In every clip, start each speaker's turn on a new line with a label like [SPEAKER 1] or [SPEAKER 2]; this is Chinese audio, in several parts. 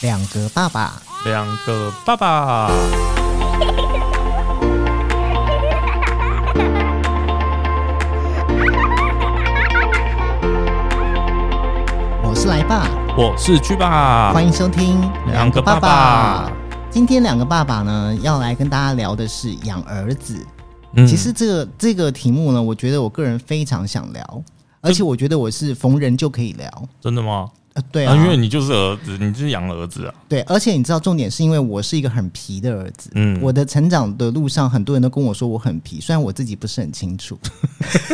[SPEAKER 1] 两个爸爸，
[SPEAKER 2] 两个爸爸。
[SPEAKER 1] 我是来爸，
[SPEAKER 2] 我是巨爸，
[SPEAKER 1] 欢迎收听
[SPEAKER 2] 两个爸爸。
[SPEAKER 1] 今天两个爸爸呢，要来跟大家聊的是养儿子。
[SPEAKER 2] 嗯
[SPEAKER 1] 其实这个这个题目呢，我觉得我个人非常想聊，而且我觉得我是逢人就可以聊。
[SPEAKER 2] 真的吗？
[SPEAKER 1] 呃，对啊，
[SPEAKER 2] 因为你就是儿子，你就是养儿子啊。
[SPEAKER 1] 对，而且你知道重点是因为我是一个很皮的儿子，
[SPEAKER 2] 嗯
[SPEAKER 1] 我的成长的路上，很多人都跟我说我很皮，虽然我自己不是很清楚，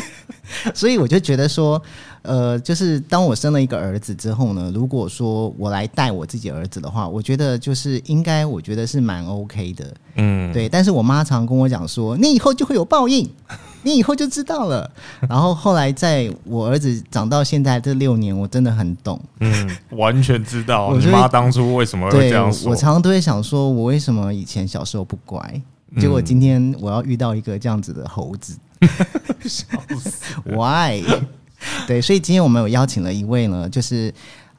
[SPEAKER 1] 所以我就觉得说，呃，就是当我生了一个儿子之后呢，如果说我来带我自己儿子的话，我觉得就是应该，我觉得是蛮 OK 的，
[SPEAKER 2] 嗯，
[SPEAKER 1] 对。但是我妈常跟我讲说，你以后就会有报应，你以后就知道了。然后后来在我儿子长到现在这六年，我真的很懂。
[SPEAKER 2] 嗯， 完全知道啊
[SPEAKER 1] 我
[SPEAKER 2] 你
[SPEAKER 1] 就
[SPEAKER 2] 妈当初为什么会
[SPEAKER 1] 对，
[SPEAKER 2] 这样说
[SPEAKER 1] 我。常常都会想说，我为什么以前小时候不乖？
[SPEAKER 2] 嗯
[SPEAKER 1] 结果今天我要遇到一个这样子的猴 子 ，Why？对，所以今天我们有邀请了一位呢，就是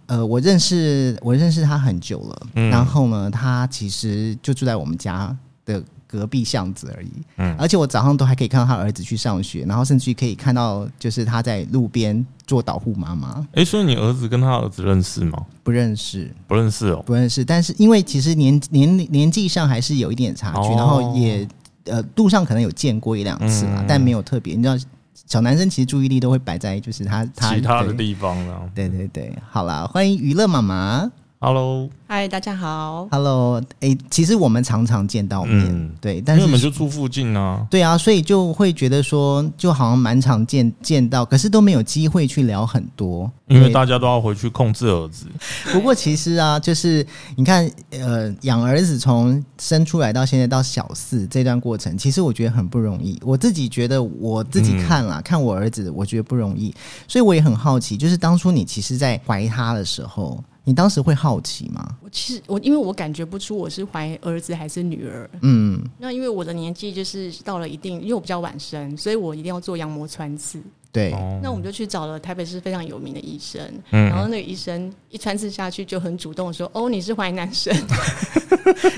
[SPEAKER 1] 呃，我认识我认识他很久了，
[SPEAKER 2] 嗯
[SPEAKER 1] 然后呢，他其实就住在我们家的隔壁巷子而已，嗯，而且我早上都还可以看到他儿子去上学，然后甚至于可以看到就是他在路边做导护妈妈，
[SPEAKER 2] 哎、所以你儿子跟他儿子认识吗？
[SPEAKER 1] 不认识，
[SPEAKER 2] 不认识哦。
[SPEAKER 1] 不认识，但是因为其实年年年纪上还是有一点差距，
[SPEAKER 2] 哦
[SPEAKER 1] 然后也呃路上可能有见过一两次
[SPEAKER 2] 嗯
[SPEAKER 1] 啦，但没有特别。你知道，小男生其实注意力都会摆在就是他他
[SPEAKER 2] 其他的
[SPEAKER 1] 对
[SPEAKER 2] 地方呢
[SPEAKER 1] 对对对，好啦，欢迎娱乐妈妈
[SPEAKER 2] ？Hello，
[SPEAKER 3] 嗨，大家好。
[SPEAKER 1] ，Hello，哎、其实我们常常见到面，
[SPEAKER 2] 嗯
[SPEAKER 1] 对，但
[SPEAKER 2] 因为
[SPEAKER 1] 是
[SPEAKER 2] 我们就住附近啊。
[SPEAKER 1] 对啊，所以就会觉得说，就好像蛮常见见到，可是都没有机会去聊很多，
[SPEAKER 2] 因为
[SPEAKER 1] 对
[SPEAKER 2] 大家都要回去控制儿子，
[SPEAKER 1] 不过其实啊，就是你看，呃，养儿子从生出来到现在到小四这段过程，其实我觉得很不容易。我自己觉得我自己看
[SPEAKER 3] 嗯
[SPEAKER 1] 啦，看我儿子，我觉得不容易，所以我也很好奇，就是当初你其实，在怀他的时候，你当时会好奇吗？
[SPEAKER 3] 我其实我因为我感觉不出我是怀儿子还是女儿。
[SPEAKER 1] 嗯，
[SPEAKER 3] 那因为我的年纪就是到了一定，因为我比较晚生，所以我一定要做羊膜穿刺。
[SPEAKER 1] 对，
[SPEAKER 3] 那我们就去找了台北市非常有名的医生，
[SPEAKER 2] 嗯。
[SPEAKER 1] 哦
[SPEAKER 3] 然后那个医生一穿刺下去就很主动地说：“哦，你是怀 男生。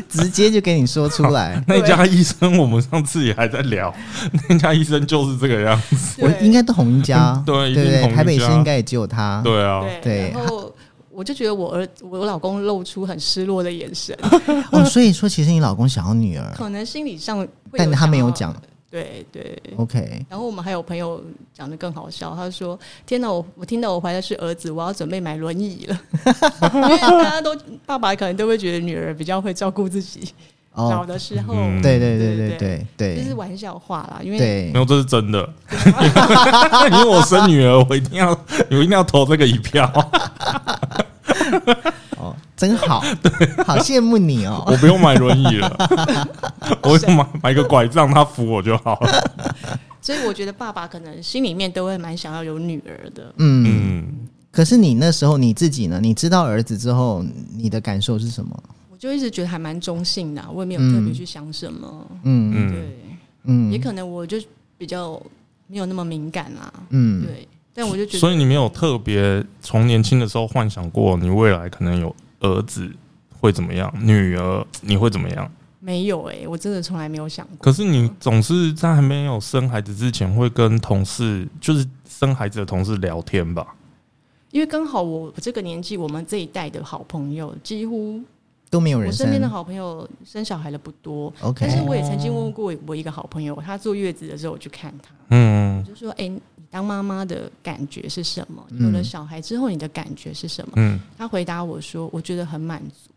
[SPEAKER 1] 直接就给你说出来
[SPEAKER 2] 那家医生，我们上次也还在聊，那家医生就是这个样子。
[SPEAKER 1] 我
[SPEAKER 3] 对
[SPEAKER 1] 应该都同一 家，
[SPEAKER 2] 对一定
[SPEAKER 1] 对不对
[SPEAKER 2] 同一
[SPEAKER 1] 台北市
[SPEAKER 2] 家
[SPEAKER 1] 应该也只有他。
[SPEAKER 2] 对啊，
[SPEAKER 3] 对，
[SPEAKER 1] 哦对
[SPEAKER 3] 然后我就觉得我儿我老公露出很失落的眼神，
[SPEAKER 1] 哦，所以说其实你老公想要女儿，
[SPEAKER 3] 可能心理上 会
[SPEAKER 1] 但他没有
[SPEAKER 3] 想要。
[SPEAKER 1] 讲。
[SPEAKER 3] 对对，
[SPEAKER 1] OK，
[SPEAKER 3] 然后我们还有朋友讲的更好笑，他说：“天哪，我我听到我怀的是儿子，我要准备买轮椅了。” 因为大家都爸爸可能都会觉得女儿比较会照顾自己，
[SPEAKER 1] 哦
[SPEAKER 3] 小，的时候、
[SPEAKER 2] 嗯
[SPEAKER 1] 对对对
[SPEAKER 3] 对
[SPEAKER 1] 对对对，
[SPEAKER 3] 就是玩笑话啦，因为
[SPEAKER 1] 对
[SPEAKER 2] 没，有，这是真的。 因为我生女儿，我一定要，我一定要投这个一票。
[SPEAKER 1] 哦，真好，好羡慕你哦。
[SPEAKER 2] 我不用买轮椅 了，我就买买个拐杖，她扶我就好 了。
[SPEAKER 3] 所以我觉得爸爸可能心里面都会蛮想要有女儿的。
[SPEAKER 1] 嗯，
[SPEAKER 2] 嗯，
[SPEAKER 1] 可是你那时候你自己呢？你知道儿子之后，你的感受是什么？
[SPEAKER 3] 我就一直觉得还蛮中性的啊、我也没有
[SPEAKER 1] 嗯
[SPEAKER 3] 特别去想什么。
[SPEAKER 1] 嗯
[SPEAKER 2] 嗯
[SPEAKER 3] 对，也
[SPEAKER 1] 嗯
[SPEAKER 3] 可能我就比较没有那么敏感啦、
[SPEAKER 1] 嗯，
[SPEAKER 3] 对，但我就觉得
[SPEAKER 2] 所以你没有特别从年轻的时候幻想过，你未来可能有儿子会怎么样，女儿你会怎么样？
[SPEAKER 3] 没有哎、我真的从来没有想过。
[SPEAKER 2] 可是你总是在还没有生孩子之前，会跟同事，就是生孩子的同事聊天吧？
[SPEAKER 3] 因为刚好我这个年纪，我们这一代的好朋友几乎
[SPEAKER 1] 都没有
[SPEAKER 3] 我
[SPEAKER 1] 人
[SPEAKER 3] 身边的
[SPEAKER 1] 生。
[SPEAKER 3] 好朋友生小孩的不多，但是
[SPEAKER 1] OK，
[SPEAKER 3] 我也曾经问过我一个好朋友，
[SPEAKER 2] 哦
[SPEAKER 3] 她坐月子的时候我去看她，
[SPEAKER 2] 嗯
[SPEAKER 3] 我就说：“哎、你当妈妈的感觉是什么？
[SPEAKER 1] 嗯
[SPEAKER 3] 有了小孩之后，你的感觉是什么
[SPEAKER 2] 嗯，？”
[SPEAKER 3] 她回答我说：“我觉得很满足，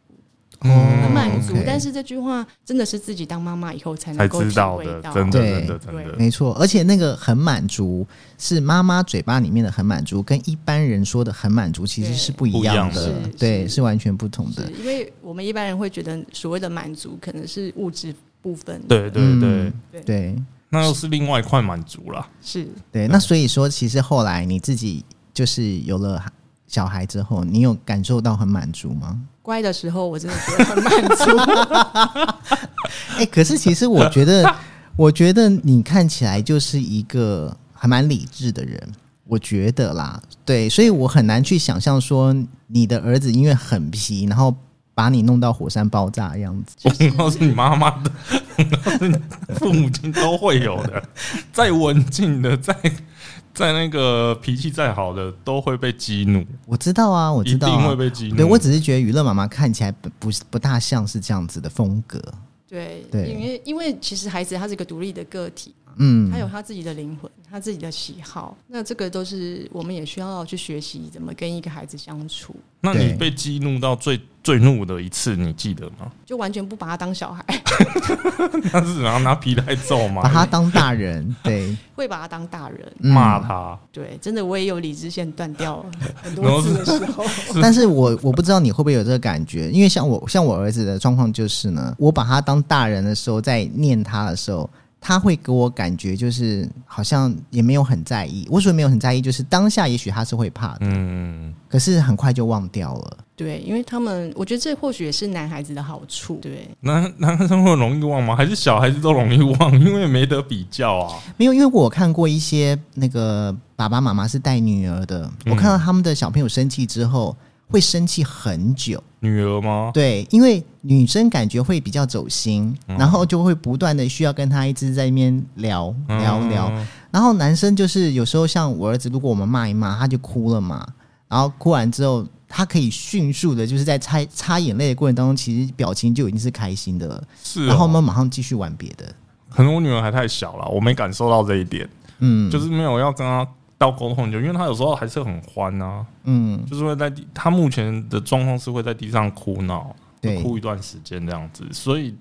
[SPEAKER 2] 嗯
[SPEAKER 3] 很满足。
[SPEAKER 1] OK
[SPEAKER 3] 但是这句话真的是自己当妈妈以后才能
[SPEAKER 2] 才
[SPEAKER 3] 够体
[SPEAKER 2] 知道
[SPEAKER 3] 会
[SPEAKER 2] 的，
[SPEAKER 3] 到。
[SPEAKER 2] 真的，
[SPEAKER 1] 对
[SPEAKER 2] 真的，真的。
[SPEAKER 1] 没错，而且那个很满足是妈妈嘴巴里面的很满足，跟一般人说的很满足其实
[SPEAKER 3] 对
[SPEAKER 1] 是不一样
[SPEAKER 2] 不一
[SPEAKER 3] 样
[SPEAKER 1] 的
[SPEAKER 3] 的，
[SPEAKER 1] 对，
[SPEAKER 3] 是
[SPEAKER 1] 是完全不同的
[SPEAKER 3] 是。因为我们一般人会觉得所谓的满足可能是物质部分，
[SPEAKER 2] 对对
[SPEAKER 1] 嗯
[SPEAKER 2] 对，
[SPEAKER 3] 对
[SPEAKER 1] 对
[SPEAKER 2] 那又是另外一块满足 啦。
[SPEAKER 3] 是
[SPEAKER 1] 对，那所以说，其实后来你自己就是有了小孩之后，你有感受到很满足吗？
[SPEAKER 3] 乖的时候，我真的觉得很满足。
[SPEAKER 1] 哎、可是其实我觉 得，我觉得你看起来就是一个还蛮理智的人，我觉得啦，对，所以我很难去想象说你的儿子因为很皮，然后把你弄到火山爆炸的样子。
[SPEAKER 2] 恐高是你妈妈的，恐高是你父母亲都会有 的。再文静的，再再那个脾气再好的，都会被激怒，
[SPEAKER 1] 我知道啊，我
[SPEAKER 2] 一
[SPEAKER 1] 知道、
[SPEAKER 2] 定会
[SPEAKER 1] 啊。
[SPEAKER 2] 被激怒。
[SPEAKER 1] 对，我只是觉得娱乐妈妈看起来不不是不大像是这样子的风格。
[SPEAKER 3] 对，
[SPEAKER 1] 对
[SPEAKER 3] 因为因为其实孩子他是一个独立的个体，
[SPEAKER 1] 嗯
[SPEAKER 3] 他，有他自己的灵魂，他自己的喜好，那这个都是我们也需要去学习怎么跟一个孩子相处，
[SPEAKER 2] 那你
[SPEAKER 1] 对
[SPEAKER 2] 被激怒到最最怒的一次，你记得吗？
[SPEAKER 3] 就完全不把他当小孩，
[SPEAKER 2] 那是然后拿皮带揍吗？
[SPEAKER 1] 把他当大人，对，
[SPEAKER 3] 会把他当大人。
[SPEAKER 1] 嗯
[SPEAKER 2] 骂他，
[SPEAKER 3] 对，真的我也有理智线断掉 很
[SPEAKER 2] 然后
[SPEAKER 3] 多次的时候，
[SPEAKER 1] 但是我我不知道你会不会有这个感觉，因为像我像我儿子的状况就是呢，我把他当大人的时候，在念他的时候，他会给我感觉就是好像也没有很在意。我所谓没有很在意，就是当下也许他是会怕的，
[SPEAKER 2] 嗯，
[SPEAKER 1] 可是很快就忘掉了。
[SPEAKER 3] 对，因为他们，我觉得这或许也是男孩子的好处，对，
[SPEAKER 2] 男男生会容易忘吗？还是小孩子都容易忘？因为没得比较啊。
[SPEAKER 1] 没有，因为我看过一些那个爸爸妈妈是带女儿的，
[SPEAKER 2] 嗯
[SPEAKER 1] 我看到他们的小朋友生气之后会生气很久。
[SPEAKER 2] 女儿吗？
[SPEAKER 1] 对，因为女生感觉会比较走心，
[SPEAKER 2] 嗯
[SPEAKER 1] 然后就会不断的需要跟他一直在那边聊聊聊。
[SPEAKER 2] 嗯
[SPEAKER 1] 然后男生就是有时候像我儿子，如果我们骂一骂，他就哭了嘛。然后哭完之后，他可以迅速的，就是在擦擦眼泪的过程当中，其实表情就已经是开心的了。
[SPEAKER 2] 是、哦。
[SPEAKER 1] 然后我们马上继续玩别的。
[SPEAKER 2] 可能我女儿还太小了，我没感受到这一点，
[SPEAKER 1] 嗯，
[SPEAKER 2] 就是没有要跟她到沟通很久，因为她有时候还是很欢啊，
[SPEAKER 1] 嗯，
[SPEAKER 2] 就是会在地，她目前的状况是会在地上哭闹，
[SPEAKER 1] 对，
[SPEAKER 2] 哭一段时间这样子，所以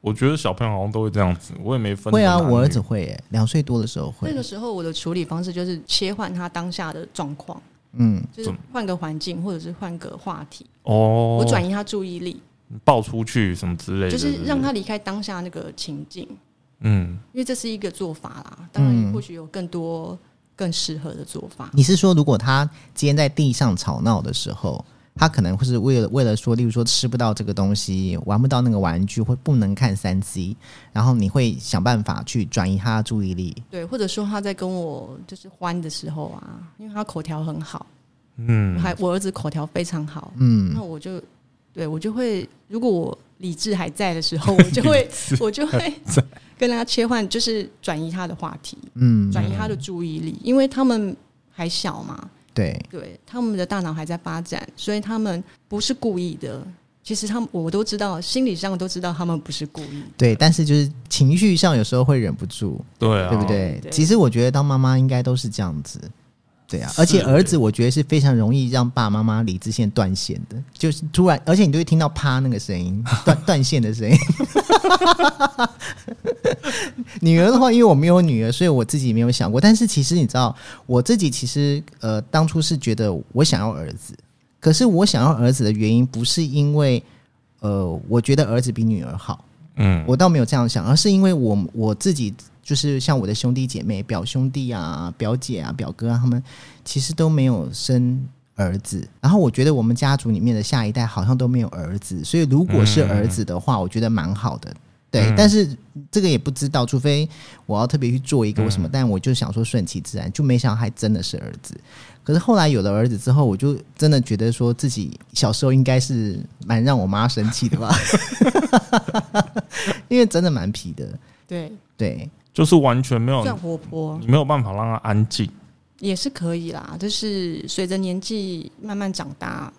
[SPEAKER 2] 我觉得小朋友好像都会这样子，我也没分
[SPEAKER 1] 会啊，
[SPEAKER 2] 男女
[SPEAKER 1] 我儿子会、欸，两岁多的时候
[SPEAKER 3] 那
[SPEAKER 1] 会
[SPEAKER 3] 个。时候我的处理方式就是切换他当下的状况，
[SPEAKER 1] 嗯，
[SPEAKER 3] 就是
[SPEAKER 2] 怎么
[SPEAKER 3] 换个环境或者是换个话题，
[SPEAKER 2] 哦，
[SPEAKER 3] 我转移他注意力，
[SPEAKER 2] 抱出去什么之类的，
[SPEAKER 3] 就是让他离开当下那个情境，
[SPEAKER 2] 嗯，
[SPEAKER 3] 因为这是一个做法啦。当然，
[SPEAKER 1] 嗯
[SPEAKER 3] 或许有更多更适合的做法。
[SPEAKER 1] 你是说如果他今天在地上吵闹的时候，他可能会是为了为了说，例如说吃不到这个东西，玩不到那个玩具，或不能看三 C，然后你会想办法去转移他的注意力。
[SPEAKER 3] 对，或者说他在跟我就是欢的时候啊，因为他口条很好，
[SPEAKER 2] 嗯，
[SPEAKER 3] 还我儿子口条非常好，
[SPEAKER 1] 嗯
[SPEAKER 3] 那，我就对我就会，如果我理智还在的时 候，我就会我就会跟他切换，就是转移他的话题，
[SPEAKER 1] 嗯，
[SPEAKER 3] 转移他的注意力，因为他们还小嘛，
[SPEAKER 1] 对，
[SPEAKER 3] 对，他们的大脑还在发展，所以他们不是故意的。其实他们我都知道，心理上都知道他们不是故意。
[SPEAKER 1] 对，但是就是情绪上有时候会忍不住，
[SPEAKER 2] 对啊，
[SPEAKER 1] 对不对？
[SPEAKER 3] 对
[SPEAKER 1] 其实我觉得当妈妈应该都是这样子。对啊，
[SPEAKER 2] 是
[SPEAKER 1] 而且儿子我觉得是非常容易让爸爸妈妈理智线断线的，就是突然，而且你都会听到啪那个声音， 断断线的声音。 女儿的话，因为我没有女儿，所以我自己没有想过。但是其实你知道，我自己其实呃，当初是觉得我想要儿子，可是我想要儿子的原因不是因为呃，我觉得儿子比女儿好，
[SPEAKER 2] 嗯，
[SPEAKER 1] 我倒没有这样想，而是因为我我自己就是像我的兄弟姐妹、表兄弟啊、表姐啊、表哥啊，他们其实都没有生儿子。然后我觉得我们家族里面的下一代好像都没有儿子，所以如果是儿子的话，我觉得蛮好的。对，
[SPEAKER 2] 嗯
[SPEAKER 1] 但是这个也不知道，除非我要特别去做一个为什么，但我就想说顺其自然，就没想到还真的是儿子。可是后来有了儿子之后，我就真的觉得说自己小时候应该是蛮让我妈生气的吧，因为真的蛮皮的。
[SPEAKER 3] 对，
[SPEAKER 1] 对，
[SPEAKER 2] 就是完全没
[SPEAKER 1] 嗯
[SPEAKER 2] 有
[SPEAKER 3] 算，活泼
[SPEAKER 2] 你没有办法让他安静，
[SPEAKER 3] 也是可以啦，就是随着年纪慢慢长大，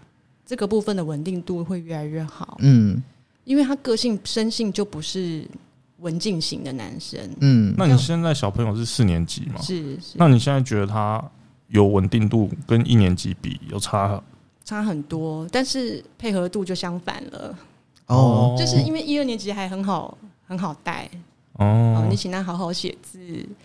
[SPEAKER 3] 这个部分的稳定度会越来越好。
[SPEAKER 1] 嗯
[SPEAKER 3] 因为他个性生性就不是文静型的男生，
[SPEAKER 1] 嗯，哦
[SPEAKER 2] 那你现在小朋友是四年级吗？
[SPEAKER 3] 是是
[SPEAKER 2] 那你现在觉得他有稳定度跟一年级比有差？
[SPEAKER 3] 差很多，但是配合度就相反了，
[SPEAKER 1] 哦，
[SPEAKER 3] 就是因为一二年级还很好很好带，哦
[SPEAKER 2] 哦，
[SPEAKER 3] 你请他好好写字，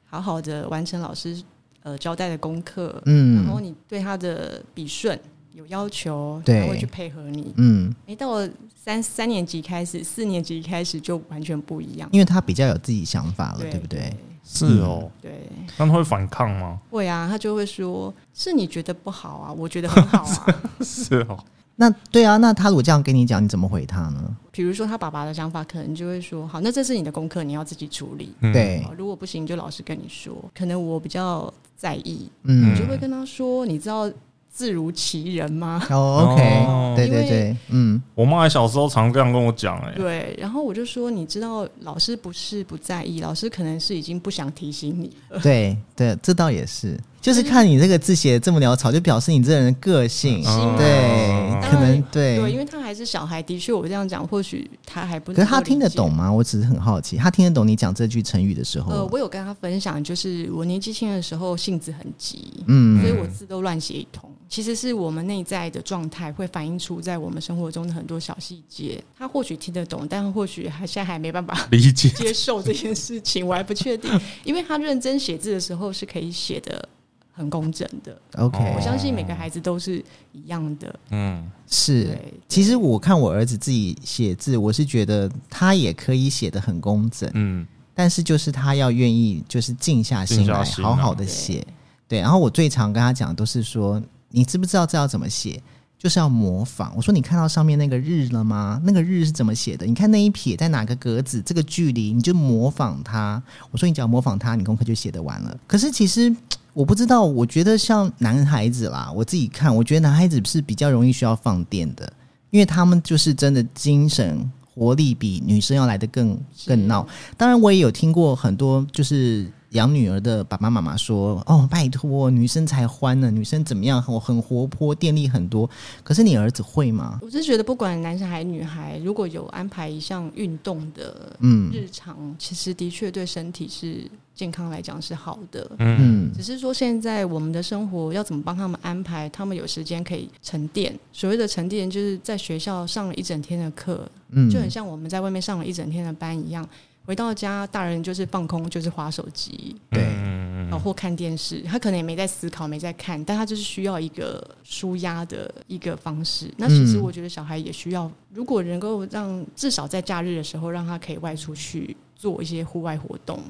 [SPEAKER 3] 好好的完成老师呃交代的功课，然后
[SPEAKER 1] 嗯
[SPEAKER 3] 你对他的笔顺有要求，
[SPEAKER 1] 对
[SPEAKER 3] 他会去配合你。
[SPEAKER 1] 嗯，
[SPEAKER 3] 诶，哎到了三三年级开始，四年级开始就完全不一样，
[SPEAKER 1] 因为他比较有自己想法了，
[SPEAKER 3] 对
[SPEAKER 1] 对不对？？
[SPEAKER 2] 是哦，
[SPEAKER 3] 对，
[SPEAKER 2] 那他会反抗吗？
[SPEAKER 3] 会啊，他就会说：“是你觉得不好啊，我觉得很好 啊。
[SPEAKER 2] 是哦，
[SPEAKER 1] 那对啊，那他如果这样跟你讲，你怎么回他呢？”
[SPEAKER 3] 比如说他爸爸的想法，可能就会说：“好，那这是你的功课，你要自己处理。
[SPEAKER 2] 嗯，
[SPEAKER 1] 对
[SPEAKER 3] 好，，如果不行，就老师跟你说。”可能我比较在意，
[SPEAKER 1] 嗯
[SPEAKER 3] 我就会跟他说：“你知道。”自如其人吗？
[SPEAKER 1] 哦
[SPEAKER 2] 哦
[SPEAKER 1] ，OK，对对
[SPEAKER 3] 因为
[SPEAKER 1] 对，嗯，
[SPEAKER 2] 我妈还小时候常这样跟我讲，哎，
[SPEAKER 3] 对，然后我就说，你知道，老师不是不在意，老师可能是已经不想提醒你了。
[SPEAKER 1] 对对，这倒也是，就是看你这个字写得这么潦草，就表示你这人的个性，
[SPEAKER 2] 嗯
[SPEAKER 1] 对
[SPEAKER 2] 嗯，
[SPEAKER 1] 可能
[SPEAKER 3] 对，因
[SPEAKER 1] 对。
[SPEAKER 3] 为他还是小孩，的确，我这样讲，或许他还不
[SPEAKER 1] 可
[SPEAKER 3] 能够理解。
[SPEAKER 1] 是他听得懂吗？我哦只是很好奇，他听得懂你讲这句成语的时候
[SPEAKER 3] 呃，
[SPEAKER 1] 吗，
[SPEAKER 3] 我有跟他分享，就是我年纪轻的时候性子很急，
[SPEAKER 1] 嗯
[SPEAKER 3] 所以我字都乱写一通。其实是我们内在的状态会反映出在我们生活中的很多小细节。他或许听得懂，但或许还现在还没办法
[SPEAKER 2] 理解
[SPEAKER 3] 接受这件事情，我还不确定。因为他认真写字的时候是可以写的很工整的，我
[SPEAKER 1] ，OK，
[SPEAKER 3] 相信每个孩子都是一样的。
[SPEAKER 2] 嗯，
[SPEAKER 1] 是
[SPEAKER 3] 对。
[SPEAKER 1] 其实我看我儿子自己写字，我是觉得他也可以写得很工整，
[SPEAKER 2] 嗯，
[SPEAKER 1] 但是就是他要愿意就是静下心
[SPEAKER 2] 静
[SPEAKER 1] 来，
[SPEAKER 2] 下心啊来
[SPEAKER 1] 好好的写。对，然后我最常跟他讲都是说，你知不知道这要怎么写？就是要模仿。我说你看到上面那个日了吗？那个日是怎么写的？你看那一撇在哪个格子，这个距离你就模仿它。我说你只要模仿它，你功课就写得完了。可是其实我不知道，我觉得像男孩子啦，我自己看，我觉得男孩子是比较容易需要放电的，因为他们就是真的精神活力比女生要来的更更闹。当然，我也有听过很多就是养女儿的爸爸妈妈说：“哦，拜托，女生才欢呢，女生怎么样，我很活泼，电力很多。”可是你儿子会吗？
[SPEAKER 3] 我是觉得，不管男生还女孩，如果有安排一项运动的
[SPEAKER 1] 嗯
[SPEAKER 3] 日常，其实的确对身体是健康来讲是好的。
[SPEAKER 1] 嗯
[SPEAKER 3] 只是说，现在我们的生活要怎么帮他们安排？他们有时间可以沉淀。所谓的沉淀，就是在学校上了一整天的课，
[SPEAKER 1] 嗯，
[SPEAKER 3] 就很像我们在外面上了一整天的班一样。回到家，大人就是放空，就是划手机，
[SPEAKER 1] 对
[SPEAKER 2] 嗯
[SPEAKER 3] 然哦后或看电视，他可能也没在思考，没在看，但他就是需要一个舒压的一个方式。那其实
[SPEAKER 1] 嗯
[SPEAKER 3] 我觉得小孩也需要，如果能够让至少在假日的时候让他可以外出去做一些户外活动，